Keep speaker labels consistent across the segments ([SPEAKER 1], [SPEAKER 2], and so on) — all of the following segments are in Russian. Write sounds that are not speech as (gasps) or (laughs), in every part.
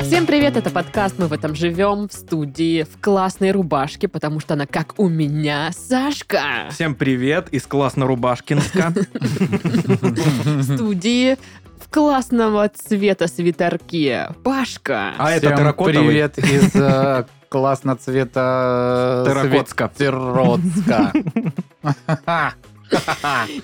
[SPEAKER 1] Всем привет, это подкаст «Мы в этом живем» в студии, в классной рубашке, потому что она как у меня, Сашка.
[SPEAKER 2] Всем привет из Классно-Рубашкинска.
[SPEAKER 1] В студии в классного цвета свитерке, Пашка.
[SPEAKER 2] А это
[SPEAKER 3] Всем
[SPEAKER 2] терракотовый?
[SPEAKER 3] привет из (laughs) э, классного цвета... э,
[SPEAKER 2] Терракотска.
[SPEAKER 3] Терракотска.
[SPEAKER 1] (laughs)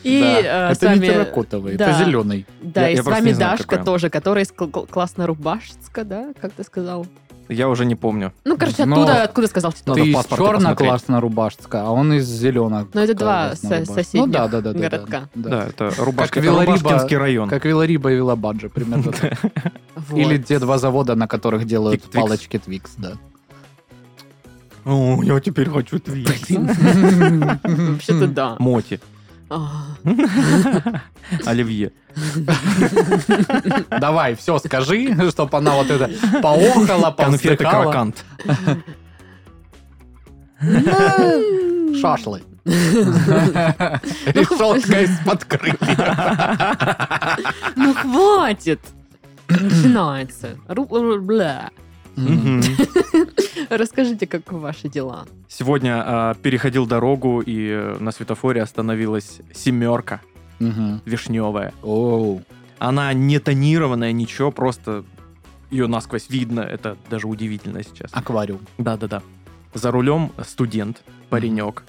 [SPEAKER 1] И, э, с
[SPEAKER 3] Это
[SPEAKER 1] вами-
[SPEAKER 3] не терракотовый, это
[SPEAKER 1] да.
[SPEAKER 3] зеленый.
[SPEAKER 1] Да,
[SPEAKER 2] я-
[SPEAKER 1] и
[SPEAKER 2] я
[SPEAKER 1] с
[SPEAKER 2] просто
[SPEAKER 1] вами
[SPEAKER 2] не знаю,
[SPEAKER 1] Дашка
[SPEAKER 2] какая.
[SPEAKER 1] тоже, которая из кл- кл- классно-рубашецка, да, как ты сказал?
[SPEAKER 2] Я уже не помню.
[SPEAKER 1] Ну, короче,
[SPEAKER 3] Но-
[SPEAKER 1] оттуда, откуда сказал, что
[SPEAKER 2] Надо
[SPEAKER 3] Ты
[SPEAKER 2] в
[SPEAKER 3] из
[SPEAKER 2] паспорте посмотреть.
[SPEAKER 3] черно-классно-рубашска, а он из зеленого.
[SPEAKER 1] Но Ну, это два со- соседних
[SPEAKER 3] ну, да, да, да, да, да,
[SPEAKER 1] городка.
[SPEAKER 3] да.
[SPEAKER 2] Да, это Рубашки-
[SPEAKER 3] Как Вилариба.
[SPEAKER 2] Рубашкинский район. (laughs)
[SPEAKER 3] Как Вилариба и Вилабаджи, примерно. (laughs) так.
[SPEAKER 1] Вот.
[SPEAKER 3] Или
[SPEAKER 1] (laughs)
[SPEAKER 3] те два завода, на которых делают
[SPEAKER 2] Твикс-твикс.
[SPEAKER 3] палочки Твикс, да.
[SPEAKER 2] О, я теперь хочу твикс.
[SPEAKER 1] Вообще-то
[SPEAKER 3] (laughs)
[SPEAKER 1] да.
[SPEAKER 2] Моти.
[SPEAKER 1] А,
[SPEAKER 2] Оливье.
[SPEAKER 3] Давай, все, скажи, (laughs) чтоб она вот это поохала,
[SPEAKER 2] Конфеты
[SPEAKER 3] повздыхала.
[SPEAKER 2] крокант.
[SPEAKER 3] (laughs) Шашлы. Решетка из-под крылья.
[SPEAKER 1] Ну, хватит! Начинается. Ру- ру- бля.
[SPEAKER 2] Мгм.
[SPEAKER 1] Расскажите, как ваши дела?
[SPEAKER 2] Сегодня а, переходил дорогу, и э, на светофоре остановилась семерка
[SPEAKER 3] Мгм.
[SPEAKER 2] вишневая.
[SPEAKER 3] Оу.
[SPEAKER 2] Она не тонированная, ничего, просто ее насквозь видно. Это даже удивительно сейчас.
[SPEAKER 3] Аквариум.
[SPEAKER 2] Да-да-да. За рулем студент, паренек.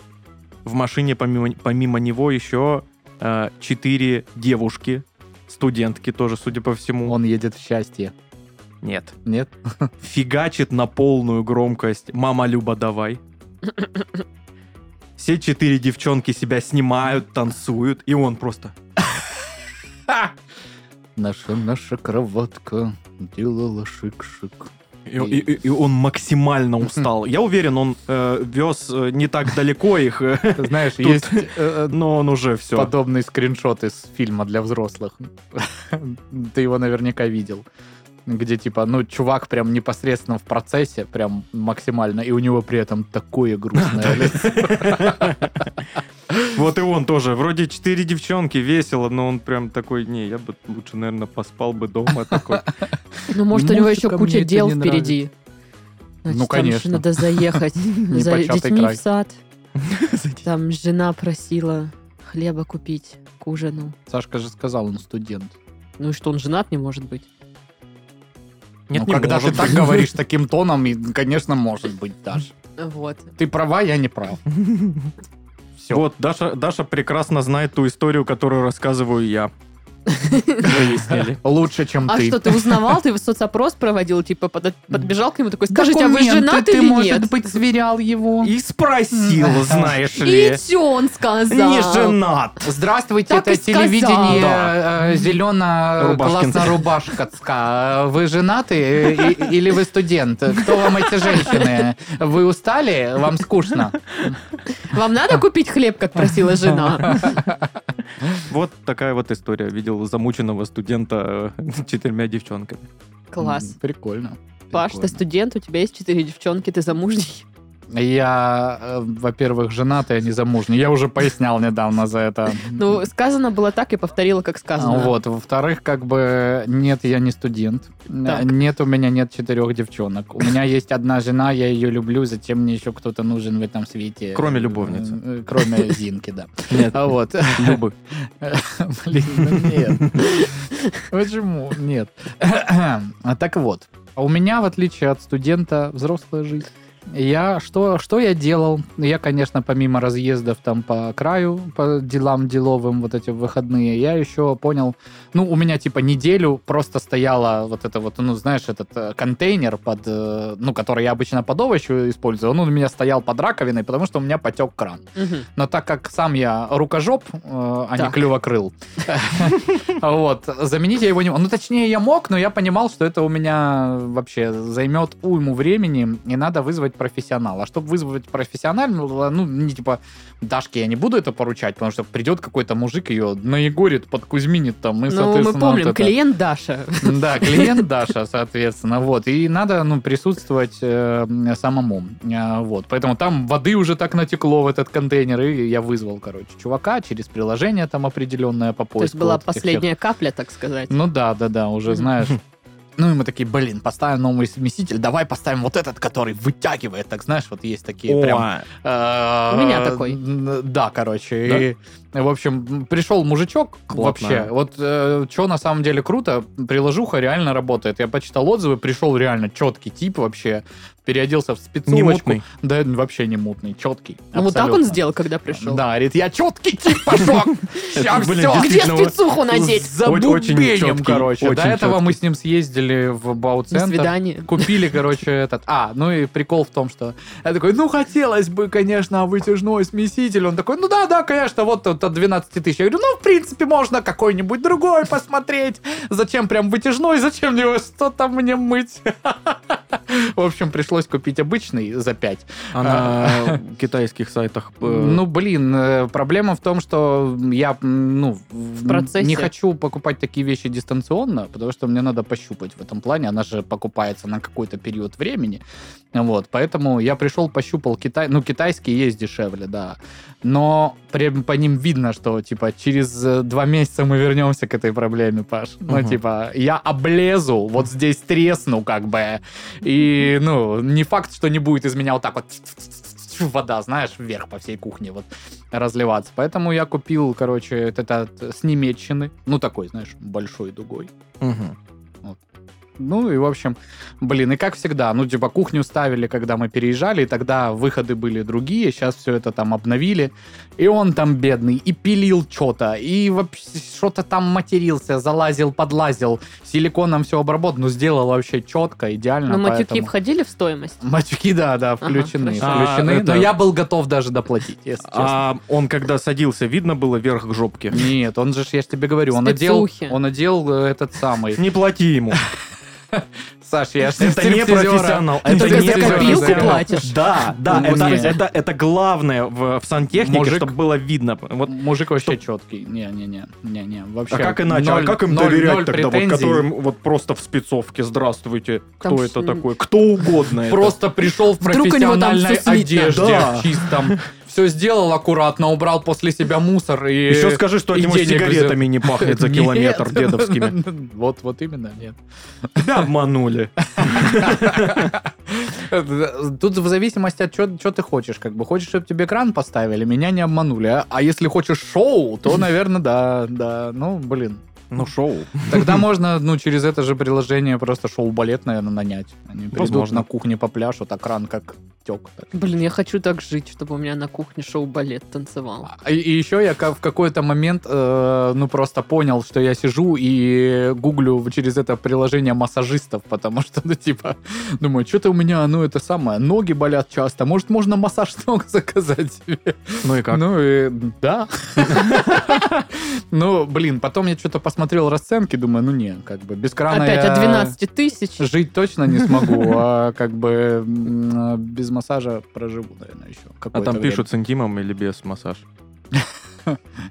[SPEAKER 2] В машине помимо, помимо него еще э, четыре девушки, студентки тоже, судя по всему.
[SPEAKER 3] Он едет в счастье.
[SPEAKER 2] Нет.
[SPEAKER 3] Нет?
[SPEAKER 2] Фигачит на полную громкость. Мама Люба, давай. Все четыре девчонки себя снимают, танцуют, и он просто...
[SPEAKER 3] Наша, наша кроватка делала шик-шик.
[SPEAKER 2] И, и- и- и он максимально устал. Я уверен, он э, вез э, не так далеко их, э,
[SPEAKER 3] Ты знаешь,
[SPEAKER 2] Тут-
[SPEAKER 3] есть э, э,
[SPEAKER 2] но он уже все.
[SPEAKER 3] подобный скриншот из фильма для взрослых. (laughs) Ты его наверняка видел. Где, типа, ну, чувак прям непосредственно в процессе, прям максимально, и у него при этом такое (laughs) грустное лицо.
[SPEAKER 2] Вот и он тоже. Вроде четыре девчонки, весело, но он прям такой, не, я бы лучше, наверное, поспал бы дома такой.
[SPEAKER 1] Ну, может, у него еще
[SPEAKER 3] Музыка
[SPEAKER 1] куча
[SPEAKER 3] мне это
[SPEAKER 1] дел
[SPEAKER 3] не
[SPEAKER 1] впереди.
[SPEAKER 3] Ну,
[SPEAKER 1] там
[SPEAKER 3] конечно.
[SPEAKER 1] еще надо
[SPEAKER 3] (laughs)
[SPEAKER 1] заехать за
[SPEAKER 3] Непочатый
[SPEAKER 1] детьми в
[SPEAKER 3] край. (laughs)
[SPEAKER 1] сад. Там жена просила хлеба купить к ужину.
[SPEAKER 3] Сашка же сказал, он студент.
[SPEAKER 1] Ну и что, он женат не может быть?
[SPEAKER 2] (laughs) Нет,
[SPEAKER 3] Ну,
[SPEAKER 2] не
[SPEAKER 3] когда
[SPEAKER 2] может
[SPEAKER 3] ты так
[SPEAKER 2] быть. (laughs)
[SPEAKER 3] говоришь таким тоном, и, конечно, может быть, Даш.
[SPEAKER 1] Вот.
[SPEAKER 3] Ты права, я не прав. Все.
[SPEAKER 2] Вот, Даша, Даша прекрасно знает ту историю, которую рассказываю я. Выяснили.
[SPEAKER 3] Лучше, чем
[SPEAKER 1] А
[SPEAKER 3] ты.
[SPEAKER 1] что, ты узнавал? Ты соцопрос проводил, типа, под- подбежал к нему такой, скажите, а вы
[SPEAKER 3] Документы
[SPEAKER 1] женаты
[SPEAKER 3] ты,
[SPEAKER 1] или
[SPEAKER 3] может
[SPEAKER 1] нет?
[SPEAKER 3] быть, сверял его.
[SPEAKER 2] И спросил, знаешь
[SPEAKER 1] И
[SPEAKER 2] ли.
[SPEAKER 1] чё он сказал?
[SPEAKER 2] Не женат.
[SPEAKER 3] Здравствуйте,
[SPEAKER 1] Так и
[SPEAKER 3] это
[SPEAKER 1] сказал.
[SPEAKER 3] телевидение зелено
[SPEAKER 2] Рубашкин.
[SPEAKER 3] классно рубашкацка. Вы женаты э, и- или вы студент? Кто вам эти женщины? Вы устали? Вам скучно?
[SPEAKER 1] Вам надо купить хлеб, как просила
[SPEAKER 3] (laughs)
[SPEAKER 1] жена?
[SPEAKER 2] Вот такая вот история. Видел замученного студента э, (laughs) четырьмя девчонками.
[SPEAKER 1] Класс.
[SPEAKER 3] М, Прикольно.
[SPEAKER 1] Паш, ты
[SPEAKER 3] Прикольно.
[SPEAKER 1] студент, у тебя есть четыре девчонки, ты
[SPEAKER 3] (laughs)
[SPEAKER 1] замужний.
[SPEAKER 3] Я, э, во-первых, женатый, а не замужний. Я уже пояснял недавно за это.
[SPEAKER 1] Ну, сказано было так, и повторила, как сказано.
[SPEAKER 3] А, Ну Вот, во-вторых, как бы нет, я не студент. Э,
[SPEAKER 1] Так.
[SPEAKER 3] Нет, у меня нет четырех девчонок. У меня есть одна жена, я ее люблю, зачем мне еще кто-то нужен в этом свете?
[SPEAKER 2] Кроме любовницы.
[SPEAKER 3] Э, Кроме Зинки, да.
[SPEAKER 2] Нет,
[SPEAKER 3] А вот.
[SPEAKER 2] Любы.
[SPEAKER 3] Блин, ну нет. (laughs) Почему? Нет. (clears throat) А Так вот, у меня, в отличие от студента, взрослая жизнь. Я что, что я делал? Я, конечно, помимо разъездов там по краю, по делам деловым, вот эти выходные, я еще понял, ну, у меня типа неделю просто стояла вот это вот, ну, знаешь, этот э, контейнер под, э, ну, который я обычно под овощи использую, он у меня стоял под раковиной, потому что у меня потек кран.
[SPEAKER 1] Мгм.
[SPEAKER 3] Но так как сам я рукожоп, э, а не
[SPEAKER 1] Так.
[SPEAKER 3] клювокрыл, (laughs) вот, заменить я его не мог. Ну, точнее, я мог, но я понимал, что это у меня вообще займет уйму времени, и надо вызвать вызвать профессионала. А чтобы вызвать профессионального, ну, не типа, Дашке я не буду это поручать, потому что придет какой-то мужик ее наегорит, подкузьминит там, и,
[SPEAKER 1] Ну,
[SPEAKER 3] соответственно,
[SPEAKER 1] мы
[SPEAKER 3] вот
[SPEAKER 1] помним,
[SPEAKER 3] это.
[SPEAKER 1] клиент Даша. (laughs)
[SPEAKER 3] Да, клиент Даша, соответственно, вот. И надо, ну, присутствовать э, самому, Э, вот. Поэтому там воды уже так натекло в этот контейнер, и я вызвал, короче, чувака через приложение там определенное по поиску.
[SPEAKER 1] То есть была
[SPEAKER 3] вот этих всех.
[SPEAKER 1] последняя капля, так сказать.
[SPEAKER 3] Ну да, да, да, уже знаешь. Ну, и мы такие, блин, поставим новый совместитель, давай поставим вот этот, который вытягивает, так знаешь, вот есть такие прям
[SPEAKER 2] О,
[SPEAKER 3] у
[SPEAKER 1] У меня такой.
[SPEAKER 3] А, Да, короче. И, в общем, пришел мужичок
[SPEAKER 2] Плотно.
[SPEAKER 3] вообще. Вот что на самом деле круто, приложуха реально работает. Я почитал отзывы, пришел реально четкий тип вообще. Переоделся в
[SPEAKER 2] не
[SPEAKER 3] спецовку.
[SPEAKER 2] мутный.
[SPEAKER 3] Да, вообще не мутный, четкий.
[SPEAKER 1] Ну, вот так он сделал, когда пришел.
[SPEAKER 3] Да, говорит, я четкий тип
[SPEAKER 1] (laughs)
[SPEAKER 3] пошел. Сейчас
[SPEAKER 2] блин,
[SPEAKER 3] все.
[SPEAKER 1] Где
[SPEAKER 2] Действительно,
[SPEAKER 1] спецуху надеть?
[SPEAKER 3] За
[SPEAKER 2] очень
[SPEAKER 3] бубенем,
[SPEAKER 2] чёткий,
[SPEAKER 3] короче. До
[SPEAKER 2] очень
[SPEAKER 3] этого
[SPEAKER 2] чёткий.
[SPEAKER 3] мы с ним съездили в
[SPEAKER 1] До
[SPEAKER 3] Бауцентр.
[SPEAKER 1] свидания.
[SPEAKER 3] Купили, короче, этот. А, ну и прикол в том, что я такой, ну хотелось бы, конечно, вытяжной смеситель. Он такой, ну да, да, конечно, вот тут от 12 тысяч. Я говорю, ну в принципе можно какой-нибудь другой посмотреть. Зачем прям вытяжной, зачем его что-то мне мыть? (laughs) В общем, пришлось купить обычный за 5.
[SPEAKER 2] А на китайских сайтах... э,
[SPEAKER 3] Ну, блин, э, проблема в том, что я, м, ну, в
[SPEAKER 1] процессе.
[SPEAKER 3] не хочу покупать такие вещи дистанционно, потому что мне надо пощупать в этом плане. Она же покупается на какой-то период времени. Вот, поэтому я пришел, пощупал Китай. Ну, китайские есть дешевле, да. Но прям по ним видно, что, типа, через э, два месяца мы вернемся к этой проблеме, Паш. Ну,
[SPEAKER 2] Мгм.
[SPEAKER 3] типа, я облезу, вот здесь тресну, как бы. И, ну, не факт, что не будет из меня вот так вот вода, знаешь, вверх по всей кухне вот разливаться. Поэтому я купил, короче, этот с немецчины. Ну, такой, знаешь, большой дугой.
[SPEAKER 2] мгм.
[SPEAKER 3] Ну и, в общем, блин, и как всегда, ну, типа, кухню ставили, когда мы переезжали, и тогда выходы были другие, сейчас все это там обновили, и он там бедный, и пилил что-то, и вообще что-то там матерился, залазил, подлазил, силиконом все обработано, но сделал вообще четко, идеально,
[SPEAKER 1] Но Ну, матюки
[SPEAKER 3] поэтому-
[SPEAKER 1] входили в стоимость?
[SPEAKER 3] Матюки, да, да, включены,
[SPEAKER 1] Ага,
[SPEAKER 2] хорошо.
[SPEAKER 3] включены,
[SPEAKER 2] А, это-
[SPEAKER 3] но я был готов даже доплатить, если честно.
[SPEAKER 2] А он, когда садился, видно было верх жопки?
[SPEAKER 3] Нет, он же, ж, я же тебе говорю, он одел,
[SPEAKER 1] Спецухи.
[SPEAKER 3] он одел э, этот самый.
[SPEAKER 2] Не плати ему.
[SPEAKER 3] Саш, я ж
[SPEAKER 2] Это не
[SPEAKER 3] стриптизера.
[SPEAKER 2] профессионал.
[SPEAKER 3] Это
[SPEAKER 1] Ты
[SPEAKER 3] не
[SPEAKER 1] за копилку
[SPEAKER 3] профессионал.
[SPEAKER 1] платишь?
[SPEAKER 2] Да, да,
[SPEAKER 3] Ну,
[SPEAKER 2] это,
[SPEAKER 3] нет.
[SPEAKER 2] это, это главное в, в сантехнике,
[SPEAKER 3] Мужик.
[SPEAKER 2] чтобы было видно. Вот,
[SPEAKER 3] Мужик вообще четкий. Не-не-не. Не-не. Вообще.
[SPEAKER 2] а как иначе?
[SPEAKER 3] ноль-
[SPEAKER 2] а как им
[SPEAKER 3] ноль-
[SPEAKER 2] доверять
[SPEAKER 3] ноль
[SPEAKER 2] тогда, вот,
[SPEAKER 3] претензий.
[SPEAKER 2] которым вот просто в спецовке, здравствуйте,
[SPEAKER 1] Там
[SPEAKER 2] кто
[SPEAKER 1] ж-
[SPEAKER 2] это такой? Кто угодно это.
[SPEAKER 3] Просто пришел в
[SPEAKER 1] Вдруг у него там
[SPEAKER 3] профессиональной
[SPEAKER 1] всё слитно.
[SPEAKER 3] одежде,
[SPEAKER 2] Да.
[SPEAKER 3] в чистом. Все сделал аккуратно, убрал после себя мусор и...
[SPEAKER 2] Еще скажи, что от
[SPEAKER 3] и
[SPEAKER 2] него
[SPEAKER 3] денег
[SPEAKER 2] сигаретами не пахнет за
[SPEAKER 3] Нет. (laughs)
[SPEAKER 2] километр дедовскими.
[SPEAKER 3] Вот, вот именно, нет.
[SPEAKER 2] Тебя обманули.
[SPEAKER 3] Тут в зависимости от чего ты хочешь. Как бы хочешь, чтобы тебе экран поставили, меня не обманули. А, а если хочешь шоу, то, наверное, да, да. Ну, блин.
[SPEAKER 2] Ну, шоу.
[SPEAKER 3] Тогда можно, ну, через это же приложение просто шоу-балет, наверное, нанять. Они придут
[SPEAKER 2] Возможно.
[SPEAKER 3] на кухне попляшут, а кран как тек.
[SPEAKER 1] Блин, я хочу так жить, чтобы у меня на кухне шоу-балет танцевал.
[SPEAKER 3] А, И, и еще я ка- в какой-то момент, э, ну, просто понял, что я сижу и гуглю в- через это приложение массажистов, потому что, ну, типа, думаю, что-то у меня, ну, это самое, ноги болят часто, может, можно массаж (laughs) ног заказать себе?
[SPEAKER 2] Ну и как?
[SPEAKER 3] Ну, и да. (laughs) Ну, блин, потом я что-то посмотрел расценки, думаю, ну, не, как бы, без крана
[SPEAKER 1] Опять а
[SPEAKER 3] я Ну
[SPEAKER 1] от 12 тысяч.
[SPEAKER 3] Жить точно не
[SPEAKER 2] (laughs)
[SPEAKER 3] смогу, а как бы м, без массажа проживу, наверное, еще.
[SPEAKER 2] А
[SPEAKER 3] какое-то
[SPEAKER 2] там
[SPEAKER 3] время.
[SPEAKER 2] пишут с интимом или без массаж?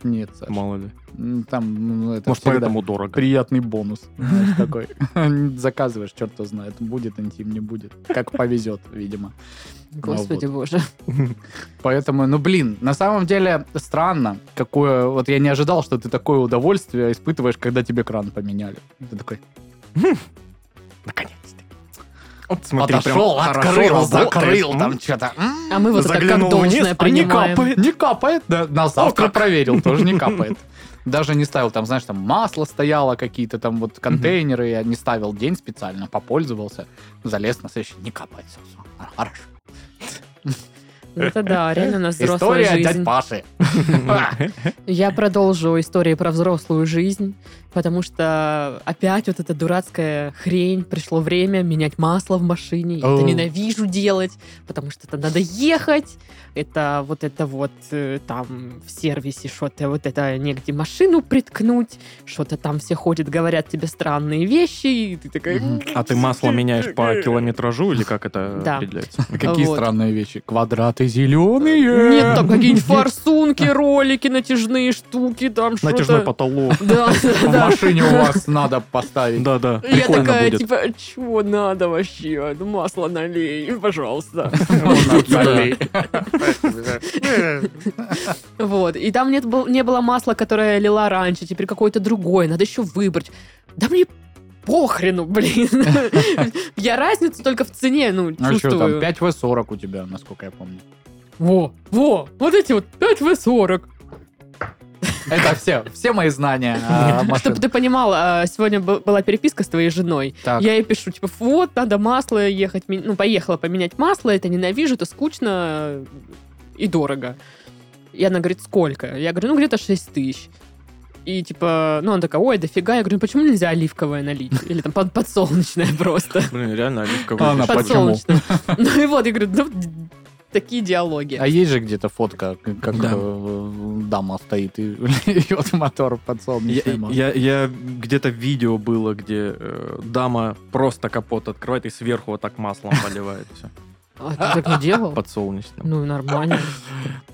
[SPEAKER 3] Нет, Саш.
[SPEAKER 2] Мало ли.
[SPEAKER 3] М, Там ну, это
[SPEAKER 2] Может,
[SPEAKER 3] всегда
[SPEAKER 2] поэтому дорого.
[SPEAKER 3] приятный
[SPEAKER 2] (laughs)
[SPEAKER 3] бонус. знаешь, такой. (laughs) Заказываешь, черт его знает, будет интим, не будет. Как повезет, видимо.
[SPEAKER 1] Господи боже.
[SPEAKER 3] Поэтому, ну блин, на самом деле странно, какое... Вот я не ожидал, что ты такое удовольствие испытываешь, когда тебе кран поменяли. Ты такой,
[SPEAKER 2] Наконец-то. Вот
[SPEAKER 3] подошел,
[SPEAKER 2] прям хорошо
[SPEAKER 3] открыл,
[SPEAKER 2] работает.
[SPEAKER 3] закрыл,
[SPEAKER 2] М?
[SPEAKER 3] там что-то.
[SPEAKER 1] А мы вот это как
[SPEAKER 2] Заглянул вниз,
[SPEAKER 1] должное
[SPEAKER 2] а не
[SPEAKER 1] принимаем.
[SPEAKER 2] капает.
[SPEAKER 3] Не капает, да. На завтра
[SPEAKER 2] как.
[SPEAKER 3] проверил, тоже не капает. Даже не ставил, там, знаешь, там масло стояло, какие-то там вот контейнеры, я не ставил день специально, попользовался, залез на следующий, не капает. всё, всё, Хорошо.
[SPEAKER 1] Это да, реально у нас взрослая
[SPEAKER 3] История дядь
[SPEAKER 1] жизнь.
[SPEAKER 3] Паши.
[SPEAKER 1] Я продолжу истории про взрослую жизнь. Потому что опять вот эта дурацкая хрень, пришло время менять масло в машине. Я
[SPEAKER 3] О.
[SPEAKER 1] это ненавижу делать, потому что это надо ехать. Это вот это вот э, там в сервисе что-то, вот это негде машину приткнуть. Что-то там все ходят, говорят тебе странные вещи. И ты такая... э,
[SPEAKER 3] Мгм.
[SPEAKER 2] (laughs) А ты масло меняешь по километражу или как это
[SPEAKER 1] Да.
[SPEAKER 2] определяется?
[SPEAKER 3] Какие
[SPEAKER 1] Вот.
[SPEAKER 3] странные вещи. Квадраты зеленые.
[SPEAKER 1] э, Нет, там какие-нибудь форсунки, ролики, натяжные штуки, там что-то. (laughs)
[SPEAKER 2] Натяжной потолок. (laughs)
[SPEAKER 1] Да, да,
[SPEAKER 3] В машине у вас надо поставить.
[SPEAKER 2] Да, да,
[SPEAKER 1] да. Я
[SPEAKER 2] прикольно
[SPEAKER 1] такая,
[SPEAKER 2] будет.
[SPEAKER 1] типа, чего надо вообще? Ну, Масло налей, пожалуйста. (laughs) Вот, и там нет, был- не было масла, которое я лила раньше, теперь какое-то другое, надо еще выбрать. Да мне похрену, блин. (laughs) Я разницу только в цене, ну,
[SPEAKER 3] А что
[SPEAKER 1] чувствую.
[SPEAKER 3] там, 5В40 у тебя, насколько я помню.
[SPEAKER 1] Во, во, вот эти вот 5В40.
[SPEAKER 3] Это все, все мои знания о машинах.
[SPEAKER 1] Чтобы ты понимал, а, сегодня бу- была переписка с твоей женой.
[SPEAKER 3] Так.
[SPEAKER 1] Я ей пишу, типа, вот, надо масло ехать, мен- ну, поехала поменять масло, это ненавижу, это скучно и дорого. И она говорит, сколько? Я говорю, ну, где-то 6 тысяч. И типа, ну, она такая, ой, дофига. Я говорю, ну, почему нельзя оливковое налить? Или там под- подсолнечное (laughs) просто.
[SPEAKER 2] Блин, реально оливковый.
[SPEAKER 3] Она А
[SPEAKER 2] пишет.
[SPEAKER 3] почему?
[SPEAKER 1] Подсолнечное. Ну и вот, я говорю, ну, такие диалоги.
[SPEAKER 3] А есть же где-то фотка, к- как
[SPEAKER 2] Да.
[SPEAKER 3] э, дама стоит и (laughs) льет мотор
[SPEAKER 2] Я,
[SPEAKER 3] подсолнечное масло.
[SPEAKER 2] я- я где-то видео было, где э, дама просто капот открывает и сверху вот так маслом поливает все.
[SPEAKER 1] А ты так не
[SPEAKER 3] (laughs)
[SPEAKER 1] делал?
[SPEAKER 2] Подсолнечным.
[SPEAKER 1] Ну, нормально.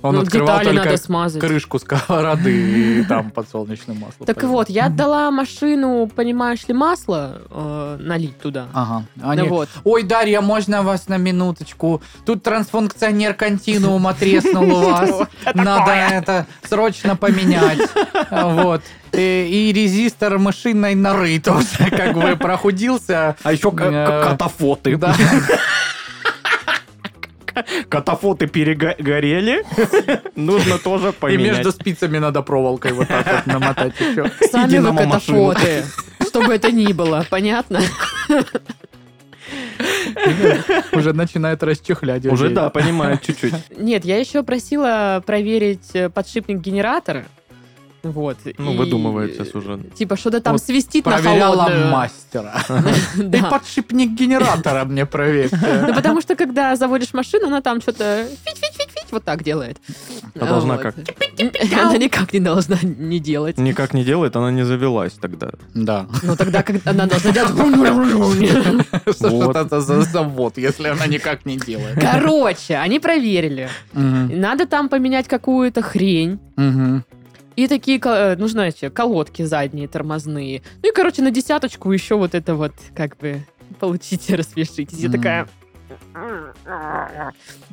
[SPEAKER 3] Он
[SPEAKER 1] Ну,
[SPEAKER 3] открывал
[SPEAKER 1] детали надо
[SPEAKER 3] только
[SPEAKER 1] смазать.
[SPEAKER 3] крышку сковороды и там подсолнечное масло.
[SPEAKER 1] Так
[SPEAKER 3] поливал.
[SPEAKER 1] вот, я отдала машину, понимаешь ли, масло э, налить туда.
[SPEAKER 3] Ага.
[SPEAKER 1] Ну
[SPEAKER 3] Они-
[SPEAKER 1] вот.
[SPEAKER 3] Ой, Дарья, можно вас на минуточку? Тут трансфункционер континуума
[SPEAKER 1] (laughs)
[SPEAKER 3] треснул у вас. Надо это срочно поменять. Вот. Э, И и резистор машинной норы тоже (laughs) как бы прохудился.
[SPEAKER 2] А еще
[SPEAKER 3] ка- ка-
[SPEAKER 2] катафоты.
[SPEAKER 3] Да.
[SPEAKER 2] (laughs) Катафоты перегорели. Нужно тоже
[SPEAKER 3] И
[SPEAKER 2] поменять.
[SPEAKER 3] между спицами надо проволокой вот так вот намотать еще.
[SPEAKER 1] Сами
[SPEAKER 2] Иди
[SPEAKER 1] вы
[SPEAKER 2] на машину.
[SPEAKER 1] катафоты. (laughs) Что бы это ни было, понятно?
[SPEAKER 3] Уже начинает расчехлять.
[SPEAKER 2] Уже
[SPEAKER 3] людей.
[SPEAKER 2] да, понимаю чуть-чуть.
[SPEAKER 1] Нет, я еще просила проверить э, подшипник генератора. Вот.
[SPEAKER 2] Ну,
[SPEAKER 1] и-
[SPEAKER 2] выдумывает сейчас уже.
[SPEAKER 1] Типа, что-то там
[SPEAKER 3] Вот
[SPEAKER 1] свистит на
[SPEAKER 3] Проверяла
[SPEAKER 1] холодную.
[SPEAKER 3] мастера. Ты
[SPEAKER 1] (laughs) Да.
[SPEAKER 3] подшипник генератора мне проверь.
[SPEAKER 1] Ну, потому что, когда заводишь машину, она там что-то фить-фить-фить-фить вот так делает.
[SPEAKER 2] А должна
[SPEAKER 1] Вот.
[SPEAKER 2] как?
[SPEAKER 1] (laughs) Она никак не должна не делать.
[SPEAKER 2] (laughs) Никак не делает, она не завелась тогда.
[SPEAKER 3] Да.
[SPEAKER 1] Но тогда, когда она
[SPEAKER 2] (laughs)
[SPEAKER 1] должна делать...
[SPEAKER 3] Что это за завод, если она никак не делает.
[SPEAKER 1] Короче, они проверили. Надо там поменять какую-то хрень.
[SPEAKER 3] Мгм.
[SPEAKER 1] И такие, ко- э, ну, знаете, колодки задние, тормозные. Ну и, короче, на десяточку еще вот это вот, как бы, (laughs) получите, рассмешитесь. Я
[SPEAKER 3] М.
[SPEAKER 1] такая...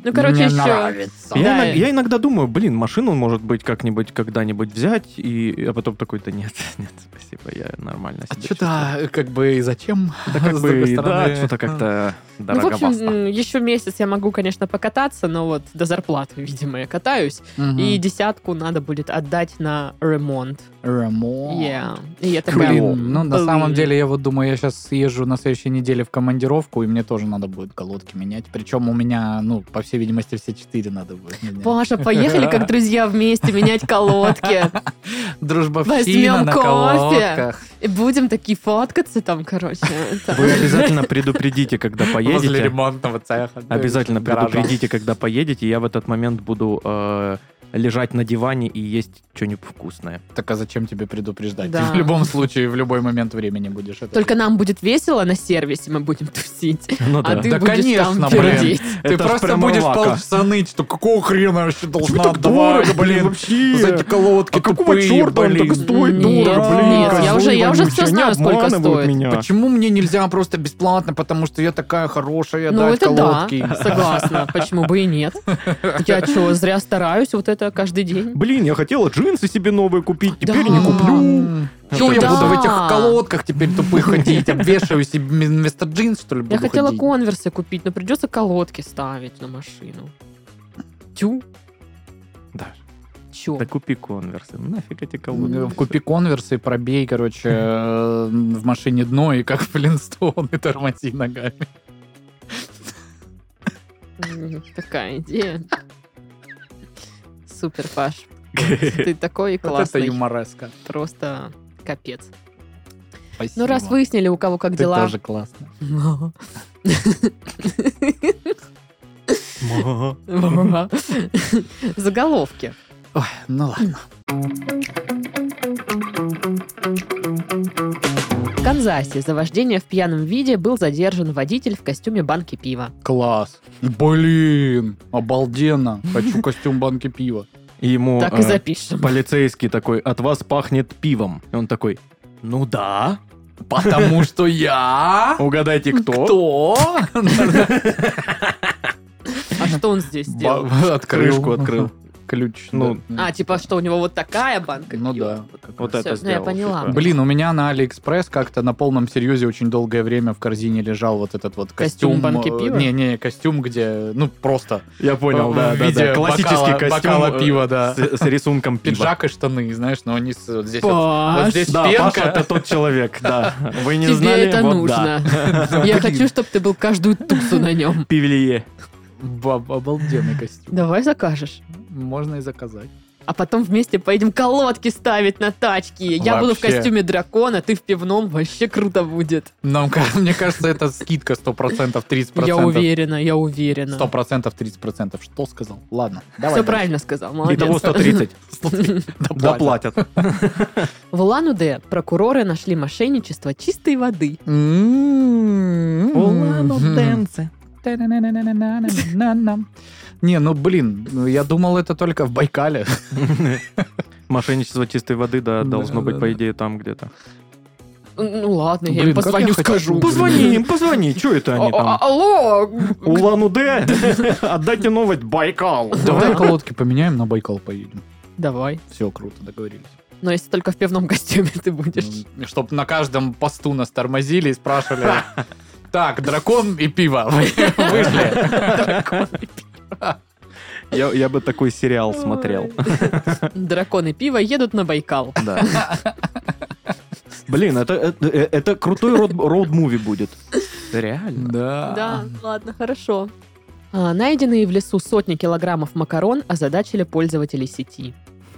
[SPEAKER 1] Ну, короче,
[SPEAKER 3] Мне
[SPEAKER 1] еще...
[SPEAKER 3] нравится.
[SPEAKER 1] Да.
[SPEAKER 2] Я, иногда, я иногда думаю, блин, машину, может быть, как-нибудь когда-нибудь взять, и, а потом такой-то нет, (laughs) нет, спасибо, я нормально
[SPEAKER 3] А
[SPEAKER 2] себя (laughs) чувствую».
[SPEAKER 3] что-то, как бы, и зачем? Да
[SPEAKER 2] Как бы, и да, что-то как-то
[SPEAKER 1] Ну, в общем,
[SPEAKER 2] дороговато.
[SPEAKER 1] м, еще месяц я могу, конечно, покататься, но вот до зарплаты, (laughs) видимо, я катаюсь. И десятку надо будет отдать на ремонт. Yeah. И я такая...
[SPEAKER 2] Блин.
[SPEAKER 3] Блин, ну на
[SPEAKER 1] Блин.
[SPEAKER 3] самом деле я вот думаю, я сейчас съезжу на следующей неделе в командировку, и мне тоже надо будет колодки менять. Причем у меня, ну, по всей видимости, все четыре надо будет менять.
[SPEAKER 1] Паша, поехали как друзья вместе менять
[SPEAKER 3] (laughs)
[SPEAKER 1] колодки.
[SPEAKER 3] Дружбовщина
[SPEAKER 1] возьмем
[SPEAKER 3] на
[SPEAKER 1] кофе.
[SPEAKER 3] колодках.
[SPEAKER 1] И будем такие фоткаться там, короче. Так.
[SPEAKER 2] Вы обязательно предупредите, когда
[SPEAKER 3] Возле
[SPEAKER 2] поедете.
[SPEAKER 3] ремонтного цеха.
[SPEAKER 2] Обязательно
[SPEAKER 3] Гаража.
[SPEAKER 2] предупредите, когда поедете. Я в этот момент буду э, лежать на диване и есть что-нибудь вкусное. (laughs)
[SPEAKER 3] Так а зачем тебе предупреждать?
[SPEAKER 1] Да.
[SPEAKER 3] Ты (laughs) в любом случае в любой момент времени будешь это
[SPEAKER 1] Только нам будет весело на сервисе, мы будем тусить.
[SPEAKER 2] Ну
[SPEAKER 1] А
[SPEAKER 2] да.
[SPEAKER 1] ты
[SPEAKER 3] Да,
[SPEAKER 1] будешь
[SPEAKER 3] конечно,
[SPEAKER 1] там
[SPEAKER 3] блин.
[SPEAKER 1] пердеть.
[SPEAKER 3] Ты
[SPEAKER 2] Это ж
[SPEAKER 3] просто
[SPEAKER 2] прям
[SPEAKER 3] будешь
[SPEAKER 2] лака.
[SPEAKER 3] полчаса ныть, что какого хрена я вообще
[SPEAKER 2] Чё
[SPEAKER 3] должна
[SPEAKER 2] так дорого,
[SPEAKER 3] отдавать, блин,
[SPEAKER 2] вообще?
[SPEAKER 3] за эти колодки
[SPEAKER 2] А какого
[SPEAKER 3] тупые,
[SPEAKER 2] чёрта он
[SPEAKER 3] блин?
[SPEAKER 2] так стоит,
[SPEAKER 1] Нет,
[SPEAKER 2] дура, блин?
[SPEAKER 1] нет, я
[SPEAKER 2] козлы
[SPEAKER 1] уже- я уже всё
[SPEAKER 2] вонючие, не
[SPEAKER 1] знаю, сколько
[SPEAKER 2] обманывают
[SPEAKER 1] стоит.
[SPEAKER 2] меня.
[SPEAKER 3] Почему мне нельзя просто бесплатно, потому что я такая хорошая,
[SPEAKER 1] Ну,
[SPEAKER 3] дать
[SPEAKER 1] это
[SPEAKER 3] колодки?
[SPEAKER 1] да, согласна. Почему бы и нет? Я что, зря стараюсь вот это каждый день?
[SPEAKER 2] Блин, я хотела джинсы себе новые купить, теперь
[SPEAKER 1] Да.
[SPEAKER 3] А.
[SPEAKER 2] не куплю.
[SPEAKER 3] М, Чё,
[SPEAKER 2] Это
[SPEAKER 1] да.
[SPEAKER 3] я буду в этих колодках теперь тупых ходить, обвешиваю себе м- вместо джинс, что ли, буду
[SPEAKER 1] Я хотела
[SPEAKER 3] ходить?
[SPEAKER 1] конверсы купить, но придется колодки ставить на машину. Тю,
[SPEAKER 2] Да,
[SPEAKER 1] чё?
[SPEAKER 2] да купи конверсы, нафиг эти
[SPEAKER 3] Э,
[SPEAKER 2] колодки.
[SPEAKER 3] Купи конверсы, пробей, короче, э, в машине дно и как Флинстоун и тормози ногами.
[SPEAKER 1] М, Такая идея. Супер, Паш. Ты такой
[SPEAKER 3] Вот это (laughs)
[SPEAKER 1] классный.
[SPEAKER 3] юмореска.
[SPEAKER 1] Просто капец.
[SPEAKER 3] Спасибо.
[SPEAKER 1] Ну, раз выяснили, у кого как
[SPEAKER 3] Ты
[SPEAKER 1] дела.
[SPEAKER 3] тоже классно.
[SPEAKER 1] (laughs)
[SPEAKER 2] Ма.
[SPEAKER 1] Заголовки.
[SPEAKER 3] Ой, ну ладно.
[SPEAKER 1] В Канзасе за вождение в пьяном виде был задержан водитель в костюме банки пива.
[SPEAKER 3] Класс. Блин, обалденно. Хочу костюм банки пива.
[SPEAKER 2] И (laughs) Ему
[SPEAKER 1] Так и
[SPEAKER 2] э,
[SPEAKER 1] запишем.
[SPEAKER 2] полицейский такой, от вас пахнет пивом. И он такой, ну да.
[SPEAKER 3] Потому что я...
[SPEAKER 2] Угадайте, кто?
[SPEAKER 3] Кто?
[SPEAKER 1] А что он здесь сделал?
[SPEAKER 3] Ба- Открыл.
[SPEAKER 2] Крышку открыл.
[SPEAKER 3] Ключ.
[SPEAKER 2] Ну,
[SPEAKER 3] да.
[SPEAKER 1] А, типа, что у него вот такая банка
[SPEAKER 3] Ну
[SPEAKER 1] пива?
[SPEAKER 3] да.
[SPEAKER 2] Вот
[SPEAKER 1] Всё,
[SPEAKER 2] это
[SPEAKER 1] ну, я
[SPEAKER 2] сделал.
[SPEAKER 1] поняла.
[SPEAKER 2] типа.
[SPEAKER 3] Блин, у меня на Алиэкспресс как-то на полном серьезе очень долгое время в корзине лежал вот этот вот
[SPEAKER 1] Костюм
[SPEAKER 3] костюм.
[SPEAKER 1] банки
[SPEAKER 3] э,
[SPEAKER 1] пива?
[SPEAKER 3] Не-не, костюм, где, ну, просто.
[SPEAKER 2] Я понял,
[SPEAKER 3] в
[SPEAKER 2] да, да,
[SPEAKER 3] виде
[SPEAKER 2] да. Классический
[SPEAKER 3] бокала-
[SPEAKER 2] костюм.
[SPEAKER 3] бокала
[SPEAKER 2] э,
[SPEAKER 3] пива, да.
[SPEAKER 2] С с рисунком пива.
[SPEAKER 3] Пиджак и штаны, знаешь, но они с- вот здесь вот
[SPEAKER 1] Паш,
[SPEAKER 3] Вот здесь
[SPEAKER 2] Да,
[SPEAKER 3] пенка.
[SPEAKER 2] Паша это тот человек, да. Вы не
[SPEAKER 1] а, тебе
[SPEAKER 2] знали,
[SPEAKER 1] это
[SPEAKER 2] вот да.
[SPEAKER 3] (laughs)
[SPEAKER 1] нужно. Я хочу, чтобы ты был каждую тусу на нем.
[SPEAKER 2] Пивелье.
[SPEAKER 3] Баб- обалденный костюм.
[SPEAKER 1] Давай закажешь.
[SPEAKER 3] Можно и заказать.
[SPEAKER 1] А потом вместе поедем колодки ставить на тачки. Я буду в
[SPEAKER 3] Вообще.
[SPEAKER 1] костюме дракона, ты в пивном. Вообще круто будет.
[SPEAKER 3] Нам, ка- мне кажется, это скидка 100%, 30%.
[SPEAKER 1] Я уверена, я уверена.
[SPEAKER 3] 100%, 30%. Что сказал? Ладно, давай.
[SPEAKER 1] Все
[SPEAKER 3] дальше.
[SPEAKER 1] правильно сказал, молодец. (laughs)
[SPEAKER 2] Итого 130. Доплатят.
[SPEAKER 1] В Улан-Удэ прокуроры нашли мошенничество чистой воды.
[SPEAKER 3] М-м-м. Не, ну блин, ну, я думал, это только в Байкале.
[SPEAKER 2] Мошенничество чистой воды, да,
[SPEAKER 3] Да,
[SPEAKER 2] должно быть,
[SPEAKER 3] да,
[SPEAKER 2] по
[SPEAKER 3] да.
[SPEAKER 2] идее, там где-то.
[SPEAKER 1] Ну ладно, я
[SPEAKER 3] Блин,
[SPEAKER 1] им
[SPEAKER 3] как
[SPEAKER 1] позвоню,
[SPEAKER 3] я хочу.
[SPEAKER 1] скажу.
[SPEAKER 2] Позвони им, позвони. Че это они
[SPEAKER 1] (laughs) А- а-
[SPEAKER 2] там?
[SPEAKER 1] Алло! (laughs)
[SPEAKER 2] Улан-Удэ, (laughs) отдайте новость Байкал.
[SPEAKER 3] Давай колодки поменяем, на Байкал поедем.
[SPEAKER 1] Давай.
[SPEAKER 3] Все, круто, договорились. Ну,
[SPEAKER 1] Но если только в пивном костюме ты будешь.
[SPEAKER 3] Чтоб на каждом посту нас тормозили и спрашивали, (laughs) так, дракон и пиво, (laughs) вы вышли.
[SPEAKER 2] Я, я бы такой сериал смотрел.
[SPEAKER 1] (laughs) Драконы пива едут на Байкал. (laughs)
[SPEAKER 2] Блин, это, это, это крутой род- роуд-муви будет. Реально.
[SPEAKER 1] Да, ладно, хорошо. А, Найденные в лесу сотни килограммов макарон озадачили пользователей сети.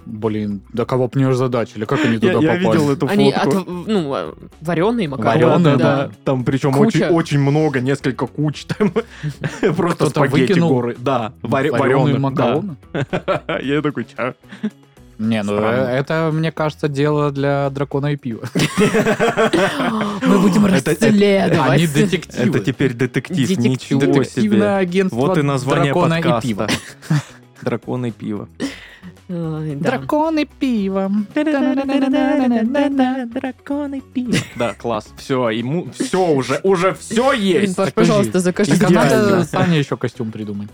[SPEAKER 3] Блин, да кого бы не озадачили, как они туда
[SPEAKER 2] Я, я
[SPEAKER 3] попали?
[SPEAKER 2] видел эту
[SPEAKER 1] Они от,
[SPEAKER 2] фотку.
[SPEAKER 1] ну, вареные макароны.
[SPEAKER 3] Варёные,
[SPEAKER 1] да.
[SPEAKER 2] Там причем
[SPEAKER 1] Куча.
[SPEAKER 2] очень, очень много, несколько куч. (laughs) Там просто
[SPEAKER 3] Кто-то
[SPEAKER 2] спагетти
[SPEAKER 3] выкинул.
[SPEAKER 2] горы. Да, варе-
[SPEAKER 3] Варёные
[SPEAKER 2] варёных,
[SPEAKER 3] макароны?
[SPEAKER 2] да. (laughs) Я такой, ча.
[SPEAKER 3] Не, ну
[SPEAKER 2] Странно.
[SPEAKER 3] э, это, мне кажется, дело для дракона и
[SPEAKER 1] (laughs)
[SPEAKER 3] пива.
[SPEAKER 1] (gasps) Мы будем
[SPEAKER 2] Это- это-
[SPEAKER 1] расследовать.
[SPEAKER 3] Они детективы.
[SPEAKER 2] Это теперь детектив,
[SPEAKER 1] Детектив.
[SPEAKER 2] ничего себе.
[SPEAKER 3] Детективное агентство
[SPEAKER 2] Вот и название
[SPEAKER 3] дракона и
[SPEAKER 2] подкаста.
[SPEAKER 3] пива.
[SPEAKER 2] (laughs) Дракон и пиво.
[SPEAKER 1] Ай, да.
[SPEAKER 3] Дракон и пиво.
[SPEAKER 2] Драконы пиво. (laughs) Да, класс. Все, ему все уже, уже все
[SPEAKER 1] Блин,
[SPEAKER 2] есть.
[SPEAKER 1] Паш,
[SPEAKER 3] так и
[SPEAKER 1] пожалуйста,
[SPEAKER 3] есть.
[SPEAKER 1] закажи.
[SPEAKER 3] Так а
[SPEAKER 2] Идеально.
[SPEAKER 3] надо Сане еще костюм придумать.